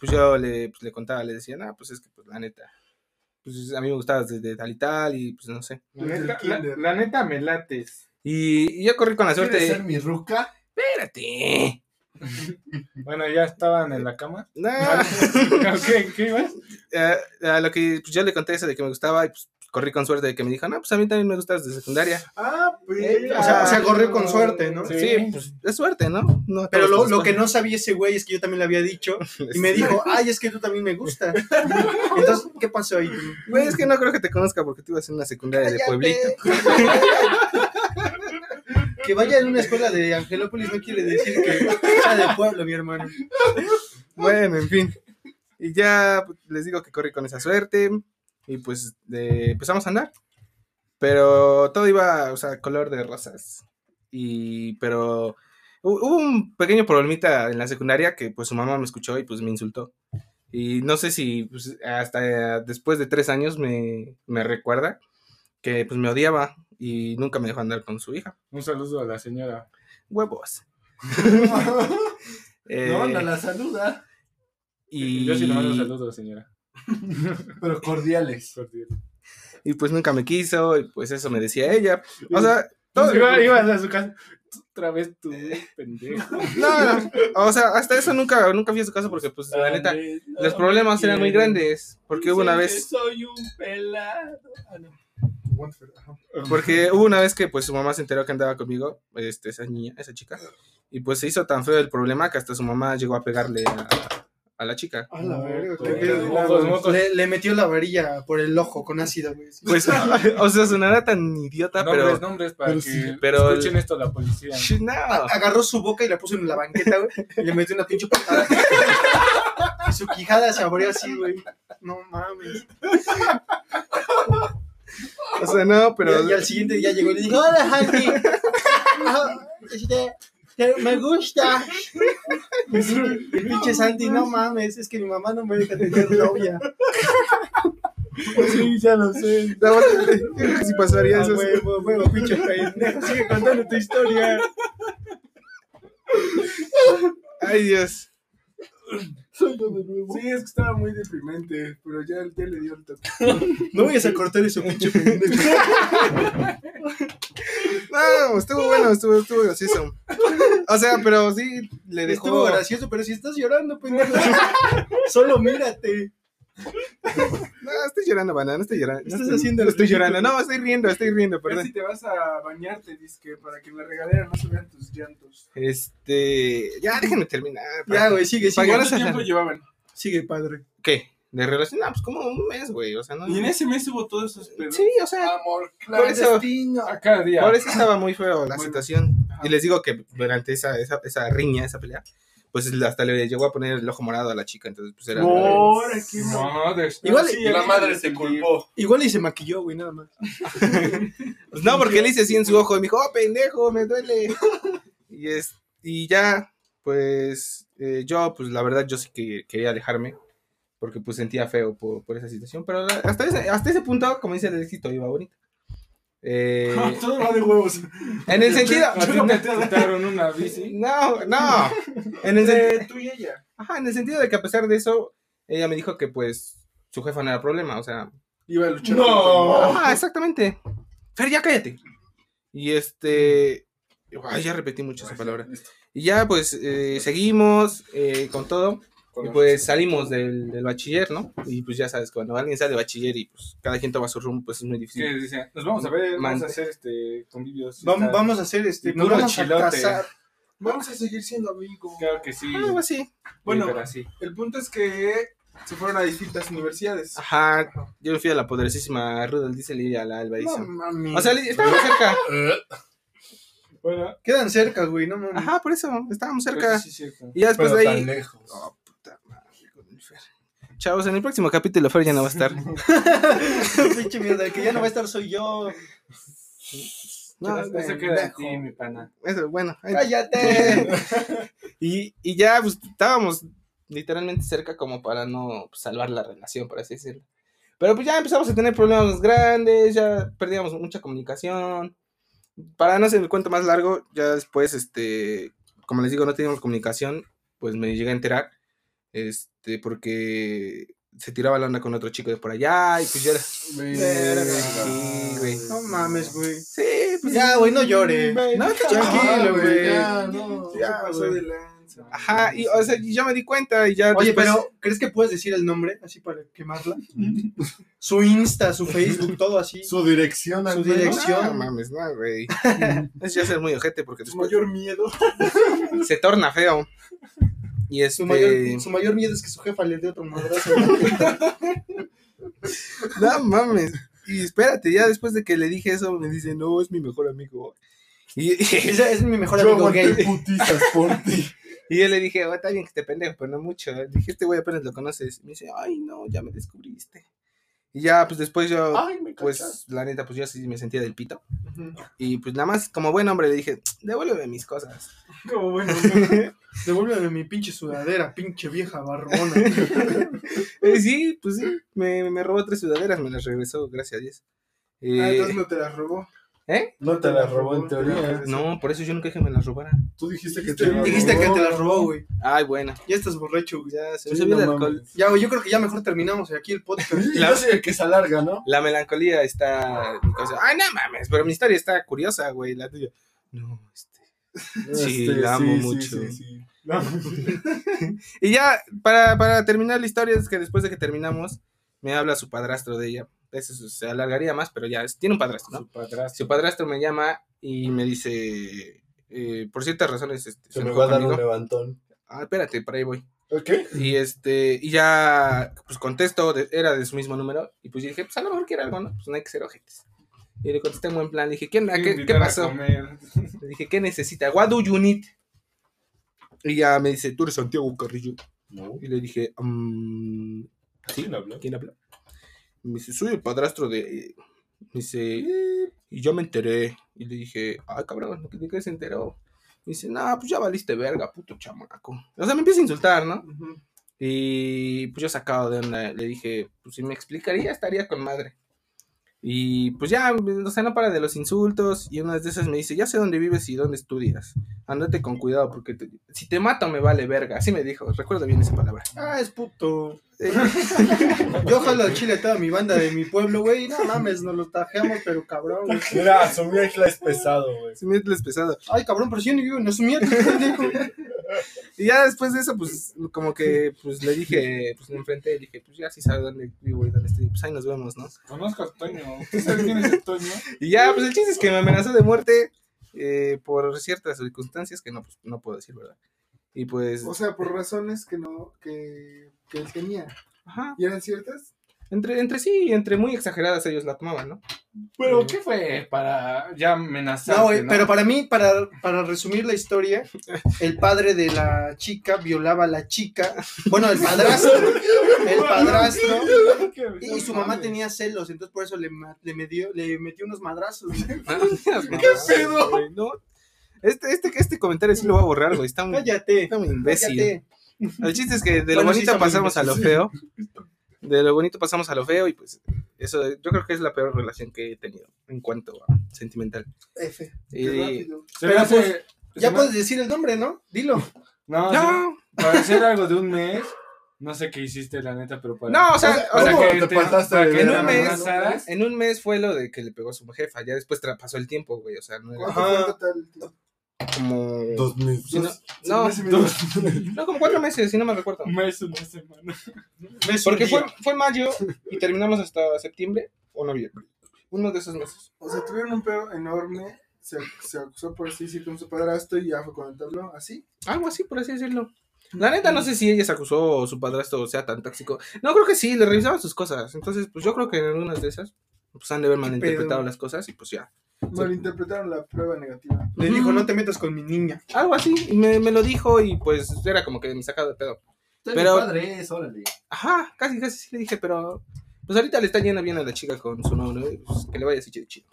F: Pues yo le, pues, le contaba, le decía, no, pues es que, pues la neta, pues a mí me gustaba desde tal y tal, y pues no sé.
E: La neta, la- la neta me lates.
F: Y, y yo corrí con la suerte.
D: ¿Quieres ser
F: de,
D: mi ruca?
F: Espérate.
E: Bueno, ya estaban en la cama.
F: No.
E: [laughs] ¿Qué, qué ibas?
F: Eh, [laughs] a lo que pues, yo le conté eso de que me gustaba, y pues corrí con suerte de que me dijo, no, pues a mí también me gustas desde secundaria.
B: Ah, pues.
C: O sea, o sea, corrió con suerte, ¿no?
E: Sí.
F: Sí, pues es suerte, ¿no? No a
C: Pero lo,
F: todos nos
C: lo que
F: pasa.
C: no sabía ese güey es que yo también le había dicho. Y me dijo, ay, es que tú también me gusta. Entonces, ¿qué pasó ahí?
F: [laughs] Güey, es que no creo que te conozca porque tú ibas en una secundaria de pueblito.
C: Que vaya en una escuela de Angelópolis no quiere decir que sea de pueblo, mi hermano.
F: Bueno, en fin. Y ya pues, les digo que corrí con esa suerte. Y pues de- empezamos a andar. Pero todo iba, o sea, color de rosas. Y, pero hu- hubo un pequeño problemita en la secundaria que pues su mamá me escuchó y pues me insultó. Y no sé si pues, hasta después de tres años me, me recuerda que pues me odiaba y nunca me dejó andar con su hija.
E: Un saludo a la señora.
D: [laughs]
F: Huevos. [laughs] Eh,
D: No, no la saluda,
F: y...
E: Yo sí le mando un saludo, señora.
D: pero cordiales.
F: y pues nunca me quiso, y pues eso me decía ella. O sea, todo-
E: Todo, iba, ibas a su casa. Otra vez tú, pendejo.
F: no, no, o sea, hasta eso nunca, nunca fui a su casa porque pues la neta, los problemas eran muy grandes. Porque hubo una vez,
G: Soy un pelado.
F: porque hubo una vez que pues su mamá se enteró que andaba conmigo, este, esa niña, esa chica, y pues se hizo tan feo el problema que hasta su mamá llegó a pegarle a, a la chica.
C: A la verga,
B: pues,
E: Todo.
C: qué pedo.
E: Mocos, mocos.
C: Le, le metió la varilla por el ojo con ácido, güey.
F: Pues, [laughs] o sea, sonará tan idiota,
E: nombres,
F: pero...
E: nombres para
D: pero
E: que
D: sí,
F: pero-
E: escuchen esto la policía.
F: Sh- [laughs] no.
C: Agarró su boca y la puso en la banqueta, güey. Y le metió una pinche patada. Y su quijada se abrió así, güey. No mames.
F: O sea, no, pero...
C: Pero... Y, al siguiente día llegó y le dijo, hola, Hanky. Ah, este, te- me gusta. Y el pinche Santi, no mames, es que mi mamá no me deja tener novia. [laughs]
D: Sí, ya lo sé.
F: La verdad, si pasaría
C: Ah,
F: eso... sí.
C: huevo, huevo, [laughs] pinche pendejo, sigue contando tu historia.
F: Ay, Dios.
D: Soy yo de nuevo.
B: [laughs] Sí, es que estaba muy deprimente, pero ya, ya le dio el toque.
C: [laughs] No vayas a cortar
B: [laughs]
C: eso, pinche pendejo.
F: No, estuvo bueno, estuvo, estuvo gracioso. O sea, pero sí le dejó.
C: Estuvo gracioso, pero si estás llorando, pendejo. [laughs] Solo mírate.
F: No, estoy llorando, banana, no estoy llorando.
C: Estás
F: no estoy,
C: haciendo
F: no estoy
C: ridículo.
F: llorando. No, estoy riendo, estoy riendo,
B: Pero
F: perdón.
B: si te vas a bañarte, disque, para que en la regadera no se vean tus llantos.
F: Este, ya déjenme terminar.
C: Ya, güey, sigue, sigue.
F: Pagaron-
B: ¿Cuánto tiempo llevaban?
C: Sigue, padre.
F: ¿Qué? De relación, ah, pues como un mes, güey, o sea, no.
B: Y en ese mes hubo todos esos pedos.
F: Sí, o sea,
C: Ah,
D: Amor
F: por eso,
D: clandestino.
E: A cada día.
F: por eso estaba muy feo la
B: Bueno.
F: situación.
B: Ajá.
F: Y les digo que durante esa, esa, esa riña, esa pelea, pues hasta le llegó a poner el ojo morado a la chica, entonces pues era.
B: Ahora, qué mal.
E: No, después.
C: Igual
B: Sí,
G: La
B: alguien
G: madre
B: lo
G: se
B: entendió.
G: culpó.
C: Igual y se maquilló, güey, nada más.
F: Pues no, porque le hice así en su ojo y me dijo, oh, pendejo, me duele. [laughs] y, es, y ya, pues eh, yo, pues la verdad, yo sí que quería alejarme, porque pues sentía feo por, por esa situación, pero la- hasta ese, hasta ese punto, como dice el éxito, iba bonito. Eh,
B: Ah, Todo va de
C: [laughs]
B: huevos.
F: en el sentido...
E: A ti te quitaron una bici.
F: [laughs] No, no. En el, sen-
B: Eh, Tú y ella.
F: ajá, en el sentido de que a pesar de eso, ella me dijo que pues su jefa no era problema, o sea,
B: Iba a luchar.
E: No.
F: Ajá, Ah, exactamente. Fer, ya cállate. Y este. Ay, ya repetí mucho esa palabra. Y ya, pues, eh, seguimos eh, con todo.
B: con
F: Y
B: los-
F: pues salimos del, del bachiller, ¿no? Y pues ya sabes, cuando alguien sale de bachiller y pues cada quien toma su rumbo, pues es muy
B: Sí,
F: difícil.
B: les decía, nos vamos a ver, vamos
F: Man-
B: a hacer este convivios.
C: Vamos,
B: Está-
C: vamos a hacer este.
E: Puro
C: vamos a
E: chilote.
C: casar.
B: Vamos a seguir siendo amigos. Claro que sí.
F: Algo así.
B: bueno,
E: Bueno, pero así.
B: el punto es que se fueron a distintas universidades.
C: Ah,
F: Ajá, yo fui a la poderosísima Rudolf Diesel y a la
C: No
F: Alvarito.
B: mm.
C: mames.
F: o sea, li- estábamos cerca.
D: Eh,
B: Bueno,
C: Quedan cerca, güey, no mames.
F: Ajá, por eso, estábamos cerca.
B: pues sí, sí, es cierto.
F: Y ya después
D: pero
F: de
D: tan
F: ahí.
D: lejos.
F: Oh, puta madre, con el Fer. Chavos, en el próximo capítulo Fer ya no va a estar.
C: [laughs] Pinche mierda, el que ya no va a estar soy yo.
F: No,
B: eso queda en ti, mi pana.
F: eso, bueno. ahí-
C: ¡Cállate!
F: [laughs] Y, y ya, pues estábamos literalmente cerca como para no pues, salvar la relación, por así decirlo. Pero pues ya empezamos a tener problemas grandes, ya perdíamos mucha comunicación. Para no hacer el cuento más largo, ya después, este, como les digo, no teníamos comunicación, pues me llegué a enterar, este, porque se tiraba la onda con otro chico de por allá y pues yo era... Sí, güey.
C: No mames, güey.
F: Sí, pues
C: Ya, güey, no llore.
F: No, te-
C: Tranquilo,
D: güey,
C: güey.
D: ya, no.
B: Ya, pasó de lanza.
F: Ajá, y, o sea, y yo me di cuenta y ya...
C: Oye,
F: después-
C: pero ¿crees que puedes decir el nombre así para quemarla? su Insta, su Facebook, todo así.
D: Su dirección al
C: Su
D: menos.
C: dirección.
F: No mames, no,
C: [laughs]
F: güey. es ya ser muy ojete porque
B: Tu
F: después
B: mayor miedo.
F: [laughs] se torna feo. Y este.
C: Su mayor, su mayor miedo es que su jefa le dé otro
B: [laughs]
C: madrazo.
F: No mames. Y espérate, ya después de que le dije eso, me dice, no, es mi mejor amigo. Y, [laughs] y,
C: Ese es mi mejor
D: Yo
C: amigo
D: aguanté
C: gay.
D: putizas por ti.
F: yo le dije, "Oh, está bien que te pendejo, pero no mucho. Le dije, este güey apenas lo conoces. Y me dice, ay, no, ya me descubriste. Y ya, pues después
B: Ah,
F: yo,
D: Ay, me
F: pues,
D: cachas.
F: la neta, pues yo sí me sentía del pito. Y pues nada más, como buen hombre, le dije, devuélveme mis cosas.
C: Como bueno, [laughs] devuélveme mi pinche sudadera, pinche vieja barrona.
F: Eh, sí, pues sí, me, me robó tres sudaderas, me las regresó, gracias a Dios. Eh,
B: Ah, entonces no te la robó.
F: ¿Eh?
D: No te la robó en teoría.
F: No, por eso yo nunca dije que me las robara.
D: Tú dijiste que te la robó.
C: Dijiste que te la robó, güey.
F: Ay, bueno.
C: Ya estás borracho, güey.
F: Ya se
D: Sí,
F: me subió
D: no
F: el
D: mames.
F: alcohol.
C: Ya, güey, yo creo que ya mejor terminamos aquí el podcast.
D: Y yo soy el que se alarga, ¿no?
F: La melancolía está. entonces, Ay, no mames, pero mi historia está curiosa, güey, la tuya. No, este. Sí, la amo mucho.
D: Este, sí.
F: Y ya, para, para terminar la historia, es que después de que terminamos, me habla su padrastro de ella. Eso se- se alargaría más, pero ya, es- tiene un padrastro, ¿no?
B: Su padrastro.
F: Su padrastro me llama y me dice. eh, por ciertas razones, este,
D: Se me
F: enojó
D: va a dar un
F: conmigo.
D: levantón.
F: Ah, espérate, por ahí voy.
D: ¿Ok?
F: Y este, y ya, pues contesto, de- era de su mismo número, y pues yo dije, pues a lo mejor quiere algo, ¿no? Pues no hay que ser ojetes. Y le contesté en buen plan, le dije, Ah, ¿qué, onda?
B: Quiero
D: pues,
F: ¿qué, qué
B: invitar a
F: pasó?
B: comer. Pues,
F: Le dije, ¿qué necesita? What do you need? Y ya me dice, tú eres Santiago Carrillo.
D: No.
F: Y le dije, mm,
D: ¿Quién habló?
F: ¿quién habla? Y me dice, soy el padrastro de... Me dice, "Eh", y yo me enteré. Y le dije, ah, cabrón, ¿de qué se enteró? Me dice, no, pues ya valiste verga, puto chamaco. O sea, me empieza a insultar, ¿no? Y pues yo sacado de onda, le dije, pues si me explicaría estaría con madre. Y pues ya, o sea, no para de los insultos. Y una de esas me dice, ya sé dónde vives y dónde estudias. Ándate con cuidado porque te- si te mato me vale verga. Así me dijo, recuerdo bien esa palabra.
C: Ah, es puto.
F: Eh,
C: Yo jalo al chile a toda mi banda de mi pueblo, güey. No mames, nos lo tajeamos, pero cabrón, güey.
D: Mira, asumí que es pesado, güey.
F: sí, me es pesado.
C: Ay, cabrón, pero si yo ni vivo en Osumiaco, [laughs] pendejo.
F: Y ya después de eso, pues como que pues le dije, pues le enfrenté, le dije, pues ya sí sabe dónde vivo y dónde estoy. Pues ahí nos vemos, ¿no?
B: Conozco a Toño. ¿Tú sabes quién es Toño?
F: Y ya, pues el chiste es que me amenazó de muerte eh, por ciertas circunstancias que no, pues, no puedo decir, ¿verdad? Y pues,
H: O sea, por razones que no, que, que él tenía.
F: ajá,
H: ¿Y eran ciertas?
F: entre, entre sí, entre muy exageradas ellos la tomaban, ¿no? [laughs]
B: Pero, ¿qué fue para ya amenazar?
C: No, güey, pero para mí, para, para resumir la historia, el padre de la chica violaba a la chica. Bueno, el padrastro. El padrastro. Y, y su mamá tenía celos, entonces por eso le, ma- le, metió, le metió unos madrazos. güey.
F: ¿Qué pedo? No. Este, este, este comentario sí lo voy a borrar, güey. Está muy,
C: [laughs] Cállate.
F: está muy imbécil.
C: Cállate.
F: El chiste es que de lo
C: Bueno, sí
F: bonito
C: está muy
F: pasamos a lo feo. De lo bonito pasamos a lo feo y pues eso yo creo que es la peor relación que he tenido en cuanto a sentimental.
C: F.
H: Qué
F: Y,
H: rápido.
C: Pero pues, Ya
B: se me-
C: puedes decir el nombre, ¿no? Dilo.
B: No,
F: no,
B: se- para hacer algo de un mes, no sé qué hiciste, la neta, pero para...
F: No, o sea, o sea,
D: ¿cómo
B: que
D: te pasaste
B: para
D: de
B: que no
F: verga,
B: me
F: no?
B: amenazaras.
F: en un mes fue lo de que le pegó a su jefa, ya después tra- pasó el tiempo, güey, o sea, no era
H: ¿Cuánto
C: Ajá.
H: fue en total? tío?
F: como...
D: Dos meses.
F: Sí, no, No,
H: meses y medio.
F: No, como cuatro meses, si no me recuerdo.
E: Un mes, una semana.
F: Porque fue, fue en mayo y terminamos hasta septiembre o noviembre. Uno de esos meses.
H: O sea, tuvieron un pedo enorme. Se, se acusó por sí, sí, con su padrastro y ya fue cuando te habló, así.
F: Algo así, por así decirlo. La neta, no sé si ella se acusó o su padrastro sea tan tóxico. No, creo que sí, le revisaban sus cosas. Entonces, pues yo creo que en algunas de esas, pues han de haber malinterpretado las cosas y pues ya.
H: Malinterpretaron la prueba negativa.
C: Le dijo, no te metas con mi niña.
F: Algo así, y me, me lo dijo y pues era como que me sacaba de pedo. Pero-
I: Pero... padre es, órale.
F: Ajá, casi, casi sí le dije, pero pues ahorita le está yendo bien a la chica con su novio, y, pues, que le vaya así chido, [laughs] chido.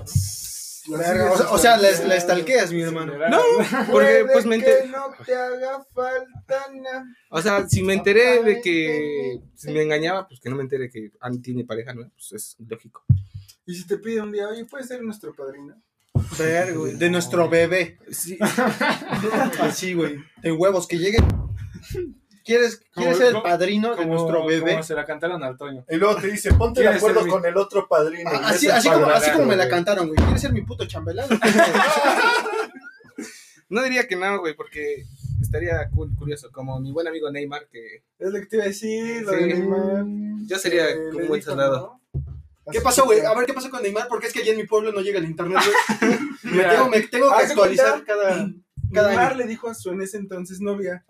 C: Verga, O sea, o sea, la, la estalqueas, mi hermano.
F: No, porque pues me enteré.
H: Que no te haga falta nada.
F: O sea, si me enteré de que si me engañaba, pues que no me entere que Annie tiene pareja, ¿no? Pues es lógico.
H: Y si te pide un día, oye, ¿puedes ser nuestro padrino?
C: Verga, güey, De nuestro bebé.
F: Sí.
C: Así, güey. De huevos, que llegue. ¿Quieres, ¿quieres ser el
E: como-
C: padrino de nuestro bebé?
E: Como se la cantaron al Toño.
D: Y luego te dice, ponte de
E: ¿Quieres ser
D: acuerdo
E: mi-
D: con el otro padrino.
C: Ah,
D: Y
C: Así,
D: es el
C: así, como,
D: padrino,
C: así como me la
D: güey.
C: cantaron, güey. ¿Quieres ser mi puto chambelán?
F: No diría que no, güey, porque estaría cool, curioso, como mi buen amigo Neymar, que
H: Es lo que te iba a decir, lo
F: Sí.
H: de Neymar.
F: yo sería
H: Eh,
F: un
H: le
F: buen
H: dijo,
F: soldado.
H: ¿no?
C: ¿Qué
H: Así
C: pasó,
H: que
C: güey?
H: ya.
C: A ver, ¿qué pasó con Neymar? Porque es que allí en mi pueblo no llega el internet, güey. me,
B: Mira,
C: tengo, me tengo que
H: haz de
C: actualizar
H: cuenta-
C: cada, cada
H: Neymar
C: año.
H: le dijo a su en ese entonces novia,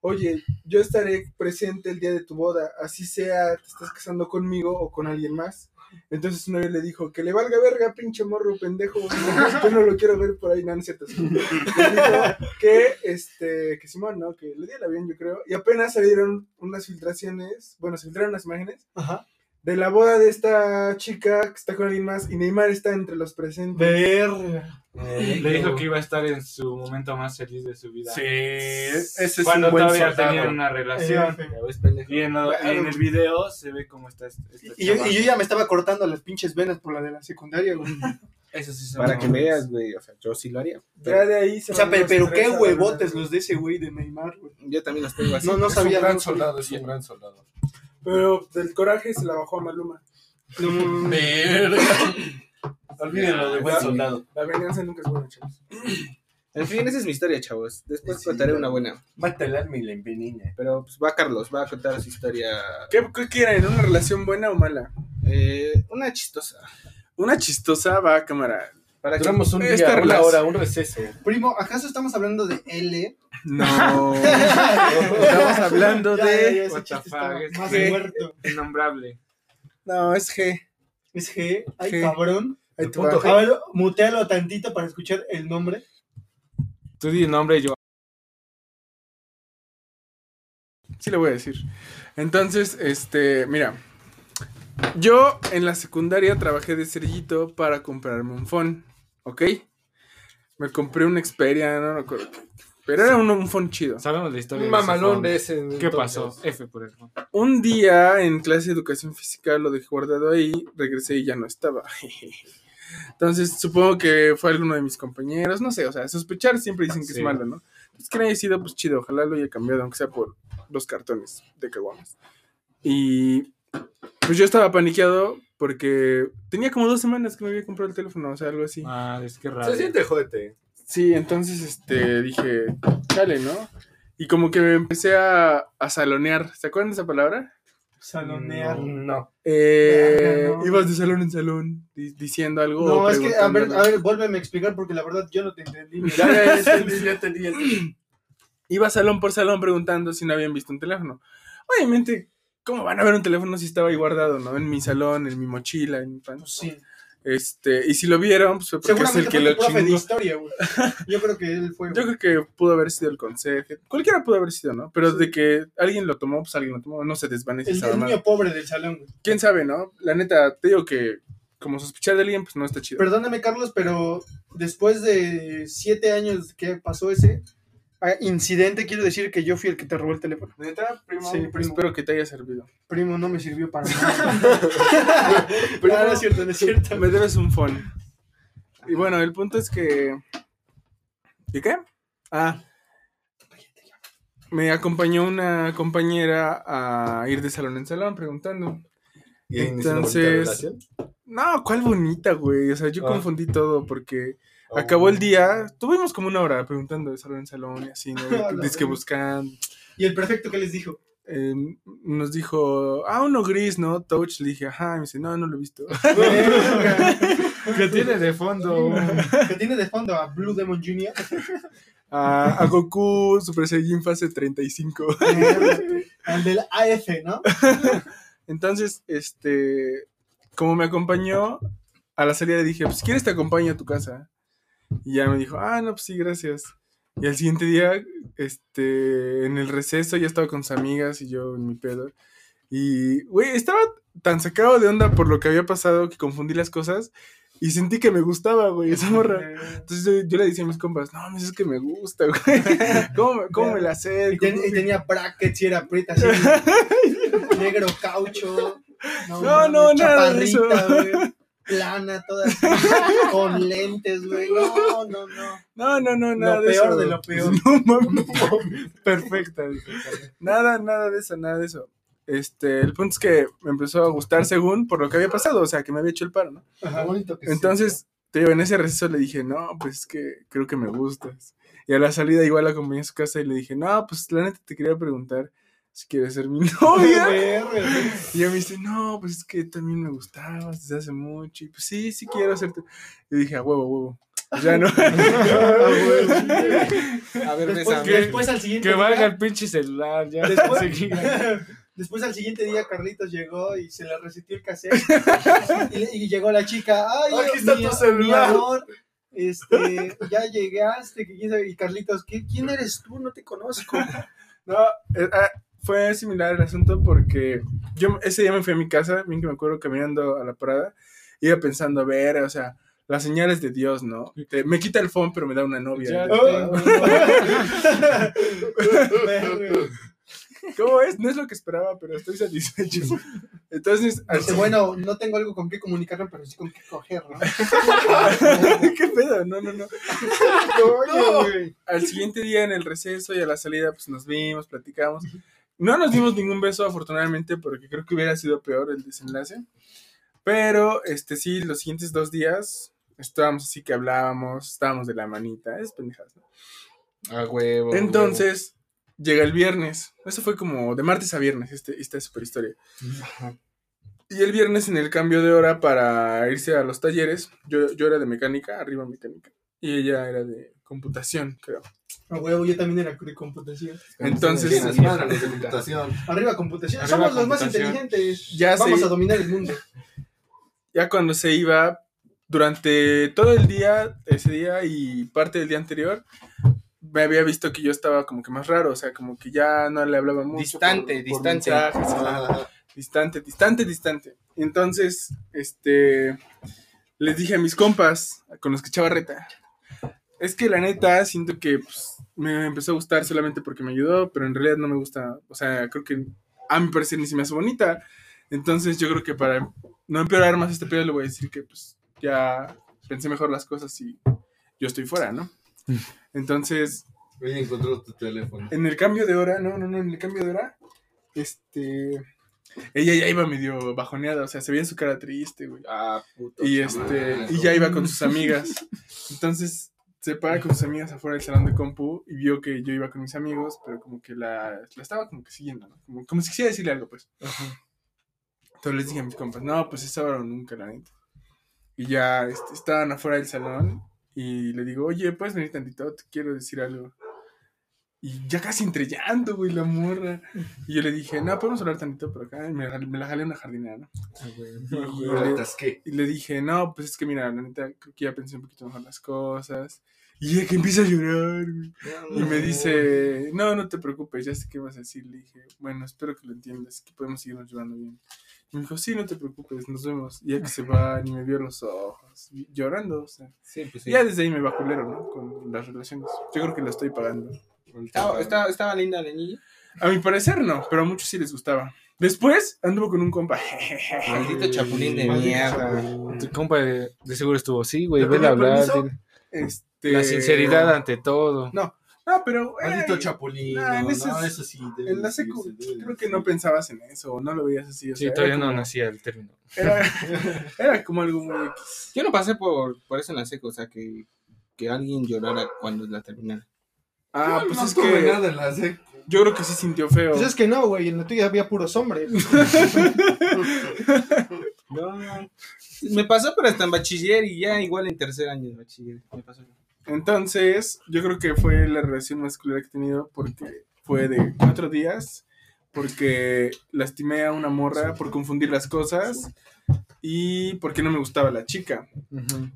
H: oye, yo estaré presente el día de tu boda, así sea, te estás casando conmigo o con alguien más. Entonces su novia le dijo, que le valga verga, pinche morro pendejo, [laughs] yo no lo quiero ver por ahí, no, no es cierto. Le dijo que, este, que Simón, ¿no? Que le di el avión, yo creo. Y apenas salieron unas filtraciones, bueno, se filtraron las imágenes.
C: Ajá.
H: De la boda de esta chica que está con alguien más y Neymar está entre los presentes.
C: Verga.
E: Eh, Le dijo que iba a estar en su momento más feliz de su vida.
D: Sí,
E: e-,
D: ese es
E: Cuando
D: un buen
E: todavía
D: soldado.
E: tenían una relación.
F: Ya ves, pendejo.
E: Y en, lo- en el video se ve cómo está este.
C: Y yo, y yo ya me estaba cortando las pinches venas por la de la secundaria, güey.
E: Eso sí se
F: Para
E: me-
F: que veas, güey, o sea, yo sí lo haría.
H: Ya de ahí se
C: O sea,
H: mandó
C: pero, pero
H: los
C: qué
H: tres a la
C: huevotes
H: verga.
C: los de ese güey de Neymar, güey.
F: Yo también las tengo así.
C: No, no
D: Es un
C: sabía.
D: gran
C: no sabía.
D: soldado, es un gran soldado.
H: Pero del coraje se la bajó a Maluma.
C: No, no, no, no.
D: Olvídenlo de buen soldado.
H: La venganza nunca es buena, chavos.
F: En fin, esa es mi historia, chavos. Después contaré una buena.
D: Mátale al mi lempi, niña.
F: Pero pues va Carlos, va a contar su historia.
B: ¿Qué, qué quieren? ¿Una relación buena o mala?
F: Eh, una chistosa.
B: Una chistosa va a cámara.
F: Para que
D: Duramos un día,
B: Esta
D: una
B: relación-
D: hora, un receso.
C: Primo, ¿acaso estamos hablando de L? [laughs]
B: No. Estamos hablando
C: Ya, ya, ya,
B: de.
C: ese
E: What the
C: chiste estaba
E: fuck,
C: más
B: ¿qué?
C: muerto.
E: Innombrable.
B: No, es G.
C: Es G. Ay,
B: G.
C: cabrón.
B: Ahí te va.
D: Punto
C: A ver, mutealo tantito para escuchar el nombre.
E: Tú di el nombre y yo.
B: Sí le voy a decir. Entonces, este, mira. Yo en la secundaria trabajé de cerillito para comprarme un phone, ¿ok? Me compré un Xperia, no recuerdo. qué, Pero era un, un phone chido.
E: Sabemos la historia.
D: Un
E: de ese
D: mamalón
E: phone.
D: de ese.
E: ¿Qué
D: entonces.
E: pasó? F por el phone.
B: Un día en clase de educación física lo dejé guardado ahí, regresé y ya no estaba. [laughs] Entonces supongo que fue alguno de mis compañeros, no sé, o sea, sospechar siempre dicen que
E: Sí.
B: es malo, ¿no? Entonces que no haya sido, pues chido, ojalá lo haya cambiado, aunque sea por dos cartones de caguamas. Y pues yo estaba paniqueado porque tenía como dos semanas que me había comprado el teléfono, o sea, algo así.
E: Ah, es que raro.
D: Se siente jodete.
B: Sí, entonces este dije, chale, ¿no? Y como que me empecé a, a salonear, ¿se acuerdan de esa palabra?
C: Salonear.
D: No.
B: Eh,
C: Verga, no.
B: Ibas de salón en salón di- diciendo algo.
C: No,
B: o
C: es que, a ver,
B: preguntando
C: a
B: algo.
C: ver, vuélveme a explicar porque la verdad yo no te entendí.
B: [laughs] Ya, ya, ya, ya, ya.
C: [laughs]
D: Ya entendí, ya entendí.
B: Iba salón por salón preguntando si no habían visto un teléfono. Obviamente, ¿cómo van a ver un teléfono si estaba ahí guardado, no? En mi salón, en mi mochila, en mi pan.
C: Sí.
B: Este, y si lo vieron, pues fue porque es el
C: Seguramente
B: que
C: fue
B: lo
C: tu profe de
B: chingó.
C: historia, güey. Yo creo que él fue.
B: [laughs] Yo creo que pudo haber sido el conserje. Cualquiera pudo haber sido, ¿no? Pero de que alguien lo tomó, pues alguien lo tomó. No se desvanece
C: El,
B: esa
C: el
B: mamada.
C: niño pobre del salón, güey.
B: Quién sabe, ¿no? La neta, te digo que como sospechar de alguien, pues no está chido.
C: Perdóname, Carlos, pero después de siete años que pasó ese ah, incidente, quiero decir que yo fui el que te robó el teléfono.
H: ¿Neta, primo?
C: Sí,
B: Pero
C: primo.
B: espero que te haya servido.
C: Primo, no me sirvió [laughs] para nada. Ah, no es cierto, no es cierto.
B: Me debes un phone. Y bueno, el punto es que. ¿Y qué? Ah. Me acompañó una compañera a ir de salón en salón preguntando.
D: Y ahí inició una bonita
B: Entonces,
D: relación.
B: No, cuál bonita, güey. O sea, yo
D: Ah.
B: confundí todo porque Acabó el día, tuvimos como una hora preguntando de salón en salón y así, [laughs] ¿no?
C: A la
B: Dice que
C: verga.
B: buscando.
C: [laughs] ¿Y el prefecto qué les dijo?
B: eh, nos dijo, ah, uno gris, ¿no? Touch, le dije, ajá, y me dice, no, no lo he visto.
E: Que tiene de fondo.
C: Que tiene de fondo a Blue Demon [laughs] Jr.
B: A, a Goku Super Saiyajin fase 35.
C: Al del AF, ¿no?
B: Entonces, este, como me acompañó, a la salida le dije, pues, si ¿quieres te acompaño a tu casa? Y ya me dijo, ah, no, pues sí, gracias. Y al siguiente día, este, en el receso ya estaba con sus amigas y yo en mi pedo. Y, güey, estaba tan sacado de onda por lo que había pasado que confundí las cosas y sentí que me gustaba, güey, esa morra. Entonces yo, yo le decía a mis compas, no, mames, es que me gusta, güey. [laughs] ¿Cómo, me- cómo me la sé?
C: Y, ten- y tenía brackets y era preta, [laughs] así. negro caucho.
B: No, no, nada de
C: chaparrita,
B: eso.
C: güey, Plana, toda así, con lentes, güey. No, no, no.
B: No, no, no, nada de
C: peor
B: eso.
C: de lo peor.
B: [laughs] No
C: [laughs]
B: mames. Perfecta. dice. Nada, nada de eso, nada de eso. Este, el punto es que me empezó a gustar según por lo que había pasado, o sea, que me había hecho el paro, ¿no?
C: bonito que
B: Entonces, te digo, en ese receso le dije, no, pues es que creo que me gustas. Y a la salida igual la acompañé a su casa y le dije, no, pues la neta te quería preguntar si quieres ser mi [laughs] novia. Y ella me dice, no, pues es que también me gustabas desde hace mucho. Y pues sí, sí quiero hacerte. Y dije, a huevo, a huevo. Pues Ya
C: [laughs]
B: no.
F: A
C: Después,
F: ver, bésame.
C: Pues después al siguiente
E: Que
C: día-
E: valga el pinche celular. Ya.
C: Después, después al siguiente día Carlitos llegó y se le resetió el [laughs] cassette. y, le- y llegó la chica, ay,
B: Aquí está
C: mi-
B: tu celular".
C: mi amor, este, ya llegaste, que quién sabe, y Carlitos, "¿Qui- ¿quién eres tú? No te [laughs] conozco.
B: No, eh, ah, fue similar el asunto porque yo ese día me fui a mi casa, bien que me acuerdo caminando a la parada, iba pensando, a ver, o sea, las señales de Dios, ¿no? Te- me quita el phone, pero me da una novia.
E: [laughs] Ya [laughs]
B: Oh, ¿Cómo es? No es lo que esperaba, pero estoy satisfecho.
E: [laughs]
B: Entonces,
C: Dice,
B: así- [laughs]
C: bueno, no tengo algo con qué comunicarme, pero sí con qué coger, ¿no?
B: ¿Qué pedo? No, no, no. Al siguiente día en el receso y a la salida, pues nos vimos, platicamos. No nos dimos ningún beso, afortunadamente, porque creo que hubiera sido peor el desenlace. Pero, este, sí, los siguientes dos días estábamos así que hablábamos, estábamos de la manita, es pendejadas, ¿no?
F: A huevo.
B: Entonces, llega el viernes. Eso fue como de martes a viernes, este, esta super historia. Y el viernes, en el cambio de hora para irse a los talleres, yo, yo era de mecánica, arriba mecánica, y ella era de computación, creo.
C: A huevo, yo también era de computación.
B: Entonces,
D: Las manos de computación.
C: Arriba computación,
E: Arriba
C: somos los más
E: computación.
C: inteligentes.
B: Ya
C: Vamos
B: sé.
C: a dominar el mundo.
B: ya cuando se iba, durante todo el día, ese día y parte del día anterior, me había visto que yo estaba como que más raro, o sea, como que ya no le hablaba mucho.
F: Distante, distante.
B: mensajes, ajá. distante, distante, distante. Entonces, este, les dije a mis compas, con los que echaba reta, es que la neta siento que pues, me empezó a gustar solamente porque me ayudó, pero en realidad no me gusta, o sea, creo que a mi parecer ni se me hace bonita. Entonces yo creo que para no empeorar más este pedo le voy a decir que pues ya pensé mejor las cosas y yo estoy fuera, ¿no? Entonces,
D: Oye, encontró tu teléfono.
B: en el cambio de hora, no, no, no, en el cambio de hora, este. Ella ya iba medio bajoneada, o sea, se veía en su cara triste, güey.
F: Ah, puto.
B: Y
D: chaval.
B: este, y ya iba con sus amigas. Entonces, se para con sus amigas afuera del salón de compu y vio que yo iba con mis amigos, pero como que la, la estaba como que siguiendo, ¿no? Como, como si quisiera decirle algo, pues. Entonces les dije a mis compas, no, pues es ahora o nunca, la neta. Y ya este, estaban afuera del salón y le digo, oye, puedes venir tantito, te quiero decir algo. Y ya casi entrellando, güey, la morra. Y yo le dije, no, podemos hablar tantito por acá. Y me, me la jalé en una jardinera, ¿no? Y yo le-
D: atasqué.
B: y le dije, no, pues es que mira, la neta, creo que ya pensé un poquito mejor las cosas. Y ella que empieza a llorar, güey. Y me dice, no, no te preocupes, ya sé qué vas a decir. Le dije, bueno, espero que lo entiendas, que podemos seguirnos llevando bien. Y me dijo, sí, no te preocupes, nos vemos. Y ya que se va, y me vio los ojos, y- llorando, o sea.
F: Sí, pues
B: Ya desde ahí me culero, ¿no? Con las relaciones. Yo creo que lo estoy pagando.
F: Estaba, estaba, estaba linda la niña.
B: A mi parecer no, pero a muchos sí les gustaba. Después anduvo con un compa. [laughs]
F: Maldito chapulín de
C: Maldito
F: mierda.
E: Tu compa de, de seguro estuvo sí, güey.
B: ¿Te
E: Ven a
B: pidió
E: hablar.
B: permiso?
E: dile.
B: Este...
E: La sinceridad ante todo.
B: No, pero... eh,
D: Maldito Chapulín.
B: Nah, en
D: no,
B: ese
D: no,
B: es-
D: eso sí.
B: En la secu, creo que no pensabas en eso, o no lo veías así. O
E: Sí,
B: sea,
E: todavía
B: era
E: no
B: como-
E: nacía el término.
B: Era, era como algo muy X.
F: Yo no pasé por, por eso en la seco, o sea que que alguien llorara cuando la terminara.
B: Ah, pues
G: no
B: es
G: tuve
B: que
G: nada en la sec.
B: yo creo que sí sintió feo.
C: Pues es que no, güey, en la tuya había puros hombres.
F: No, me pasó, pero hasta en bachiller y ya igual en tercer año de bachiller. Me pasó.
B: Entonces, yo creo que fue la relación más culera que he tenido porque fue de cuatro días, porque lastimé a una morra por confundir las cosas y porque no me gustaba la chica.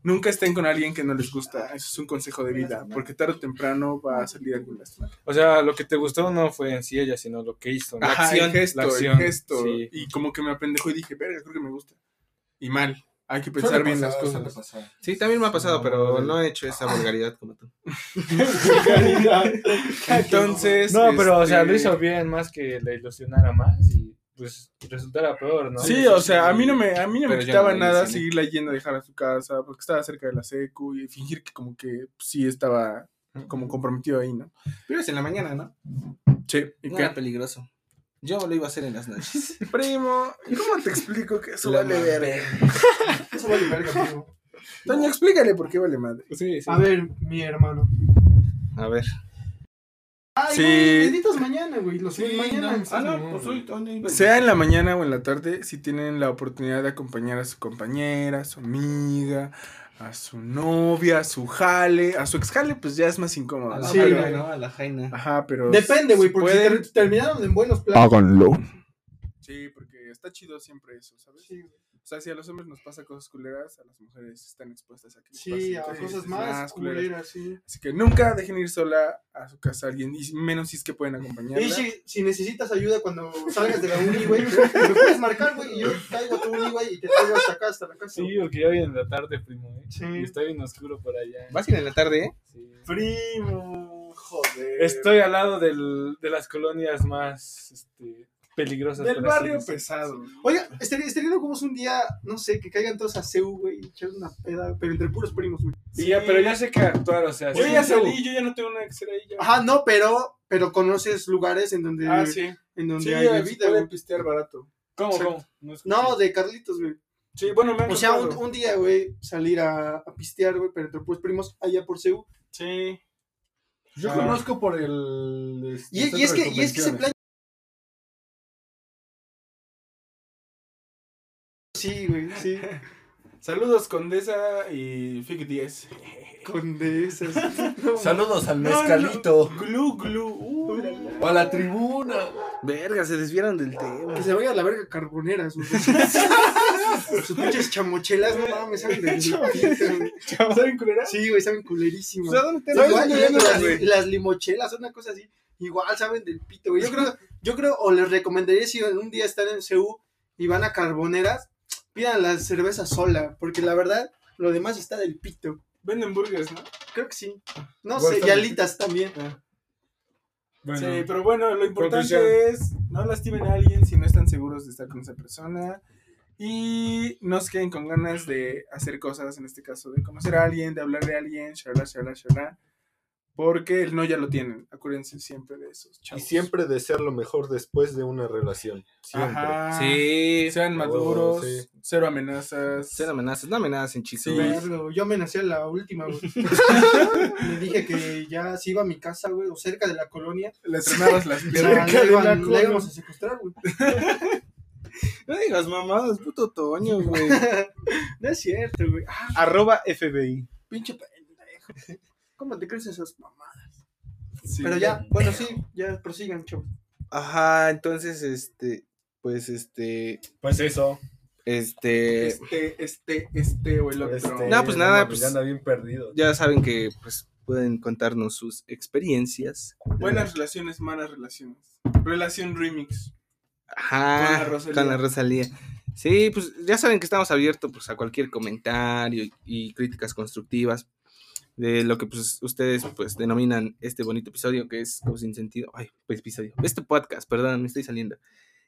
B: Nunca estén con alguien que no les gusta, eso es un consejo de vida, porque tarde o temprano va a salir algún lastimado.
E: O sea, lo que te gustó no fue en sí ella, sino lo que hizo. ¿no?
B: Ajá,
F: acción,
B: el gesto,
E: la
B: el
E: acción,
B: gesto.
E: sí.
B: Y como que me apendejó y dije, verga, creo que me gusta. Y mal, hay que pensar bien las cosas.
F: Sí, también me ha pasado, pero no he hecho esa vulgaridad como tú.
B: Entonces...
E: No, pero, o sea,
B: este,
E: lo hizo bien más que le ilusionara más y pues resultara peor, ¿no?
B: Sí, o sea, a mí no me, a mí no me
F: Pero yo
B: quitaba
F: no lo
B: nada
F: hice, ¿no?
B: seguirla yendo a dejar a su casa, porque estaba cerca de la secu y fingir que como que pues, sí estaba como comprometido ahí, ¿no?
F: Pero es en la mañana, ¿no?
B: Sí, y
F: No
B: que
F: era peligroso. Yo lo iba a hacer en las noches.
B: primo, ¿cómo te explico que eso
F: La
B: vale
F: madre.
B: verga? Eso vale verga, primo. Toño, explícale por qué vale madre.
E: Sí, sí.
C: A ver, mi hermano.
F: A [laughs] ver.
C: Ay,
B: Sí.
C: güey, editas mañana, güey. Lo sé, mañana.
F: Ah, no, pues hoy, ¿dónde iba?
B: Sea en la mañana o en la tarde, si tienen la oportunidad de acompañar a su compañera, a su amiga, a su novia, a su jale, a su ex jale, pues ya es más incómodo.
F: A
B: ¿no?
F: la
C: Ah, Sí,
F: jaina,
C: güey.
F: Ah, ¿no? A la jaina.
B: Ajá, pero...
C: Depende,
B: pues, si
C: güey, porque si
B: pueden-
C: ter- terminaron en buenos planes.
D: Háganlo.
B: Sí, porque está chido siempre eso, ¿sabes?
C: Sí, güey.
B: O sea, si a los hombres nos pasa cosas culeras, a las mujeres están expuestas a que les
C: Sí,
B: pase
C: a
B: entonces,
C: cosas más culeras, sí.
B: Así que nunca dejen ir sola a su casa a alguien, y menos si es que pueden acompañarla.
C: Y si, si necesitas ayuda cuando salgas de la uni, güey, me puedes marcar, güey, y yo caigo a tu uni, güey, y te traigo hasta acá, hasta la casa.
E: Sí, porque ya viene la tarde, primo, ¿eh?
C: Sí.
E: Y está bien oscuro por allá.
F: ¿Vas a ir en la tarde, eh?
E: Sí.
C: Primo, joder.
E: Estoy al lado del, de las colonias más este, peligrosas.
B: Del
E: por así
B: barrio
E: decirlo.
B: pesado.
C: Oiga, estaría, estaría loco como es un día, no sé, que caigan todos a CEU, güey, y echar una peda, pero entre puros primos, güey.
E: Sí, ya, pero ya sé que actuar, o sea.
B: Yo
E: sí.
B: ya salí, yo ya no tengo nada que hacer ahí. ya.
C: Ajá, no, pero, pero conoces lugares en donde,
B: Ah, sí.
C: en donde
B: Sí,
C: hay
B: se
C: bebida,
B: puede
C: güey.
B: pistear barato.
E: ¿Cómo,
B: Sí.
E: cómo? No, escuché.
C: No, de Carlitos, güey.
B: Sí, bueno, me han
C: O sea, un,
B: contado.
C: un día, güey, salir a, a pistear, güey, pero entre puros primos allá por CEU.
B: Sí.
D: Yo
E: Ah.
D: conozco por el. este,
C: Y, y es
D: centro
C: que,
D: de
C: y es que ese
D: convenciones.
C: plan. Sí, güey,
D: [laughs]
C: sí.
B: Saludos, Condesa y Fig 10.
C: Condesas.
D: Saludos al mezcalito.
B: Glu, glu. uh, la, la.
D: O a la tribuna.
F: Verga, se desviaron del tema.
C: Que se vaya a la verga carboneras, güey.
D: [laughs]
C: Sus pinches chamochelas, no mames, saben de
B: ¿Saben culeras?
C: Sí, güey, saben culerísimas.
B: ¿Dónde te
C: Igual,
B: las-
C: y
B: dónde
C: las,
B: las-
C: las limochelas, una cosa así. Igual saben del pito, güey. Yo creo, yo creo, o les recomendaría si un día están en CU y van a carboneras, pidan la cerveza sola, porque la verdad, lo demás está del pito.
B: Venden burgers, ¿no?
C: Creo que sí. No
D: Igual
C: sé,
D: está
C: y
D: del
C: alitas también.
E: Bueno,
B: Sí, pero bueno, lo importante
E: Conclusión.
B: es no lastimen a alguien si no están seguros de estar con esa persona y no se queden con ganas de hacer cosas, en este caso de conocer a alguien, de hablar de alguien, charla, charla, charla, porque el no ya lo tienen, acuérdense siempre de esos
D: Y
B: chavos.
D: siempre desear lo mejor después de una relación. Siempre.
B: Ajá.
F: Sí.
B: Sean
D: Oh,
B: maduros,
D: sí.
B: cero amenazas.
F: Cero amenazas, no amenazas en chiste.
B: Sí.
C: Verlo, Yo amenacé a la última, güey. Le dije que ya se iba a mi casa, güey, o cerca de la colonia.
B: Le tronabas
D: [laughs]
B: las
C: La,
B: piernas.
C: la, iban- la íbamos a secuestrar, güey.
F: No digas mamadas, puto Toño,
B: [laughs]
F: güey.
C: No es cierto, güey. Ah,
F: Arroba FBI.
C: pinche pendejo. ¿Cómo te crees esas mamadas?
B: Sí.
C: Pero ya, bueno, sí, ya prosigan, chavos.
F: Ajá, entonces, este, pues, este,
E: pues eso.
F: este,
B: Este, este, este o el otro.
D: Este,
F: No, pues nada,
D: mames,
F: pues-
D: Ya anda bien perdido.
F: ya saben que, pues, pueden contarnos sus experiencias.
B: Buenas relaciones, malas relaciones. Relación remix.
F: Ajá,
B: Con la Rosalía.
F: con la Rosalía. Sí, pues, ya saben que estamos abiertos, pues, a cualquier comentario y, y críticas constructivas de lo que, pues, ustedes, pues, denominan este bonito episodio que es como sin sentido. Ay, pues, episodio. Este podcast, perdón, me estoy saliendo.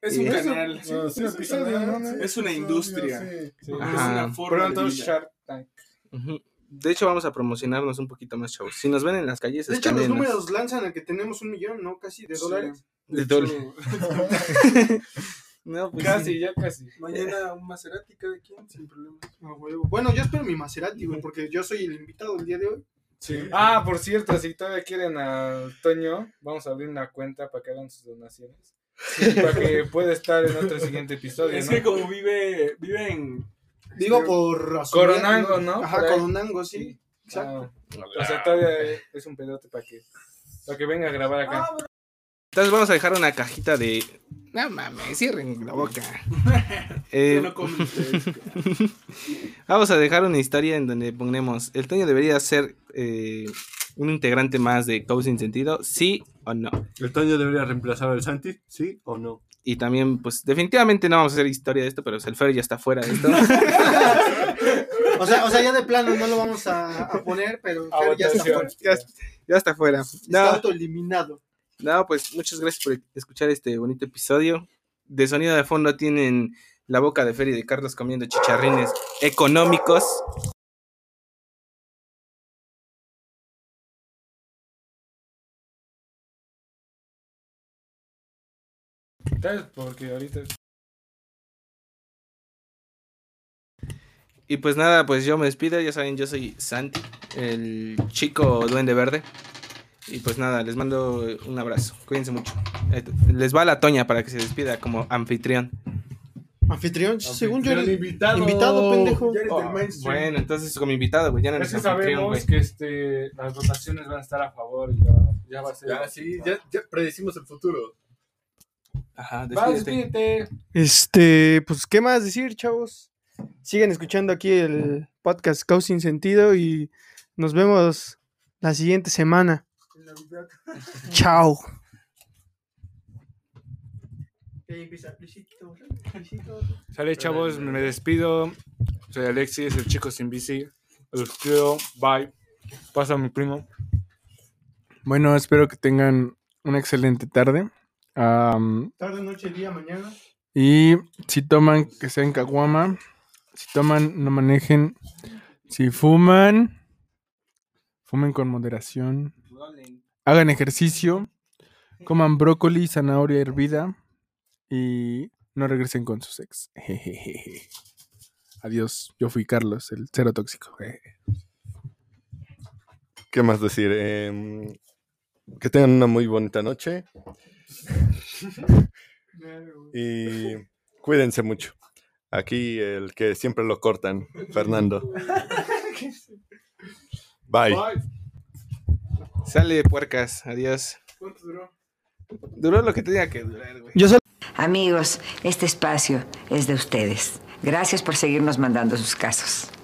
B: Es un
F: Eh,
B: canal.
D: No, ah, sí,
B: es un
D: episodio,
B: canal,
D: ¿no?
B: sí, es una
D: episodio,
B: industria.
D: sí.
E: Sí.
B: Es
F: Ajá.
B: una forma
E: Pronto
B: de vida.
E: Shark Tank.
F: Ujú. De hecho, vamos a promocionarnos un poquito más, chavos. Si nos ven en las calles,
C: De hecho, los
F: escánennos.
C: números lanzan a que tenemos un millón, ¿no? Casi de
B: Sí.
C: dólares.
F: De
B: hecho,
F: dólares. [laughs] No, pues, sí.
E: Casi, ya casi.
B: Mañana un Maserati cada quien, sin problema.
C: A huevo. Bueno, yo espero mi Maserati, güey, porque yo soy el invitado el día de hoy.
E: Sí. Ah, por cierto, si todavía quieren a Toño, vamos a abrir una cuenta para que hagan sus donaciones. Para que pueda estar en otro siguiente episodio.
B: Es
E: ¿no?
B: que como vive, vive en.
C: Digo por razón.
E: Coronango, ¿no? Por
C: Este, Ajá,
E: ahí.
C: Coronango, sí. Exacto.
E: Ah, o sea, todavía es un pedote para que, para que venga a grabar acá.
F: Entonces vamos a dejar una cajita de. No mames, cierren la boca. [laughs] Eh,
B: No este, come ustedes.
F: vamos a dejar una historia en donde ponemos. El Toño debería ser eh, un integrante más de Cause sin sentido, sí o no.
D: ¿El Toño debería reemplazar al Santi? ¿Sí o no?
F: Y también, pues, definitivamente no vamos a hacer historia de esto, pero pues, el Fer ya está fuera
C: [laughs]
F: de esto. [laughs]
C: O sea, o sea, ya de plano no lo vamos a, a poner, pero
E: A
C: Fer ya está,
E: votación.
F: ya, ya está fuera.
C: está
F: No,
C: autoeliminado.
F: no, pues muchas gracias por escuchar este bonito episodio. De sonido de fondo tienen la boca de Fer y de Carlos comiendo chicharrines económicos.
E: ¿Sabes? Porque ahorita.
F: Y pues nada, pues yo me despido, ya saben, yo soy Santi, el chico duende verde. Y pues nada, les mando un abrazo, cuídense mucho. Eh, Les va la Toña para que se despida como anfitrión.
C: Anfitrión, según yo,
H: Pero el
C: era
H: invitado.
C: invitado, pendejo.
H: Ya eres del
F: Oh,
H: mainstream.
F: bueno, entonces como invitado, güey, ya no
E: Es
F: eres
E: Ah, que
F: anfitrión,
E: sabemos
F: güey.
E: que este, las votaciones van a estar a favor y ya, ya va a ser.
I: Ya, sí, ya, ya predecimos el futuro.
F: Ajá,
E: Va,
F: despídete.
E: despídete.
C: Este, pues, ¿qué más decir, chavos? Sigan escuchando aquí el podcast Caos Sin Sentido y nos vemos la siguiente semana. [laughs] Chao.
E: Sale chavos, me despido. Soy Alexis, el chico sin bici. Los quiero, bye. Pasa mi primo.
B: Bueno, espero que tengan una excelente tarde. Am,
C: Tarde, noche, día, mañana.
B: y si toman, que sea en Caguama. Si toman, no manejen. Si fuman, fumen con moderación. Hagan ejercicio. Coman brócoli, zanahoria hervida. Y no regresen con sus ex. [laughs] Jejeje. Adiós. Yo fui Carlos, el cero tóxico. Eh.
D: ¿Qué más decir? Em, que tengan una muy bonita noche. y cuídense mucho. Aquí el que siempre lo cortan, Fernando. Bye.
F: Sale puercas, adiós. ¿Cuánto duró? Duró lo que tenía que durar, güey.
A: Amigos, este espacio es de ustedes. Gracias por seguirnos mandando sus casos.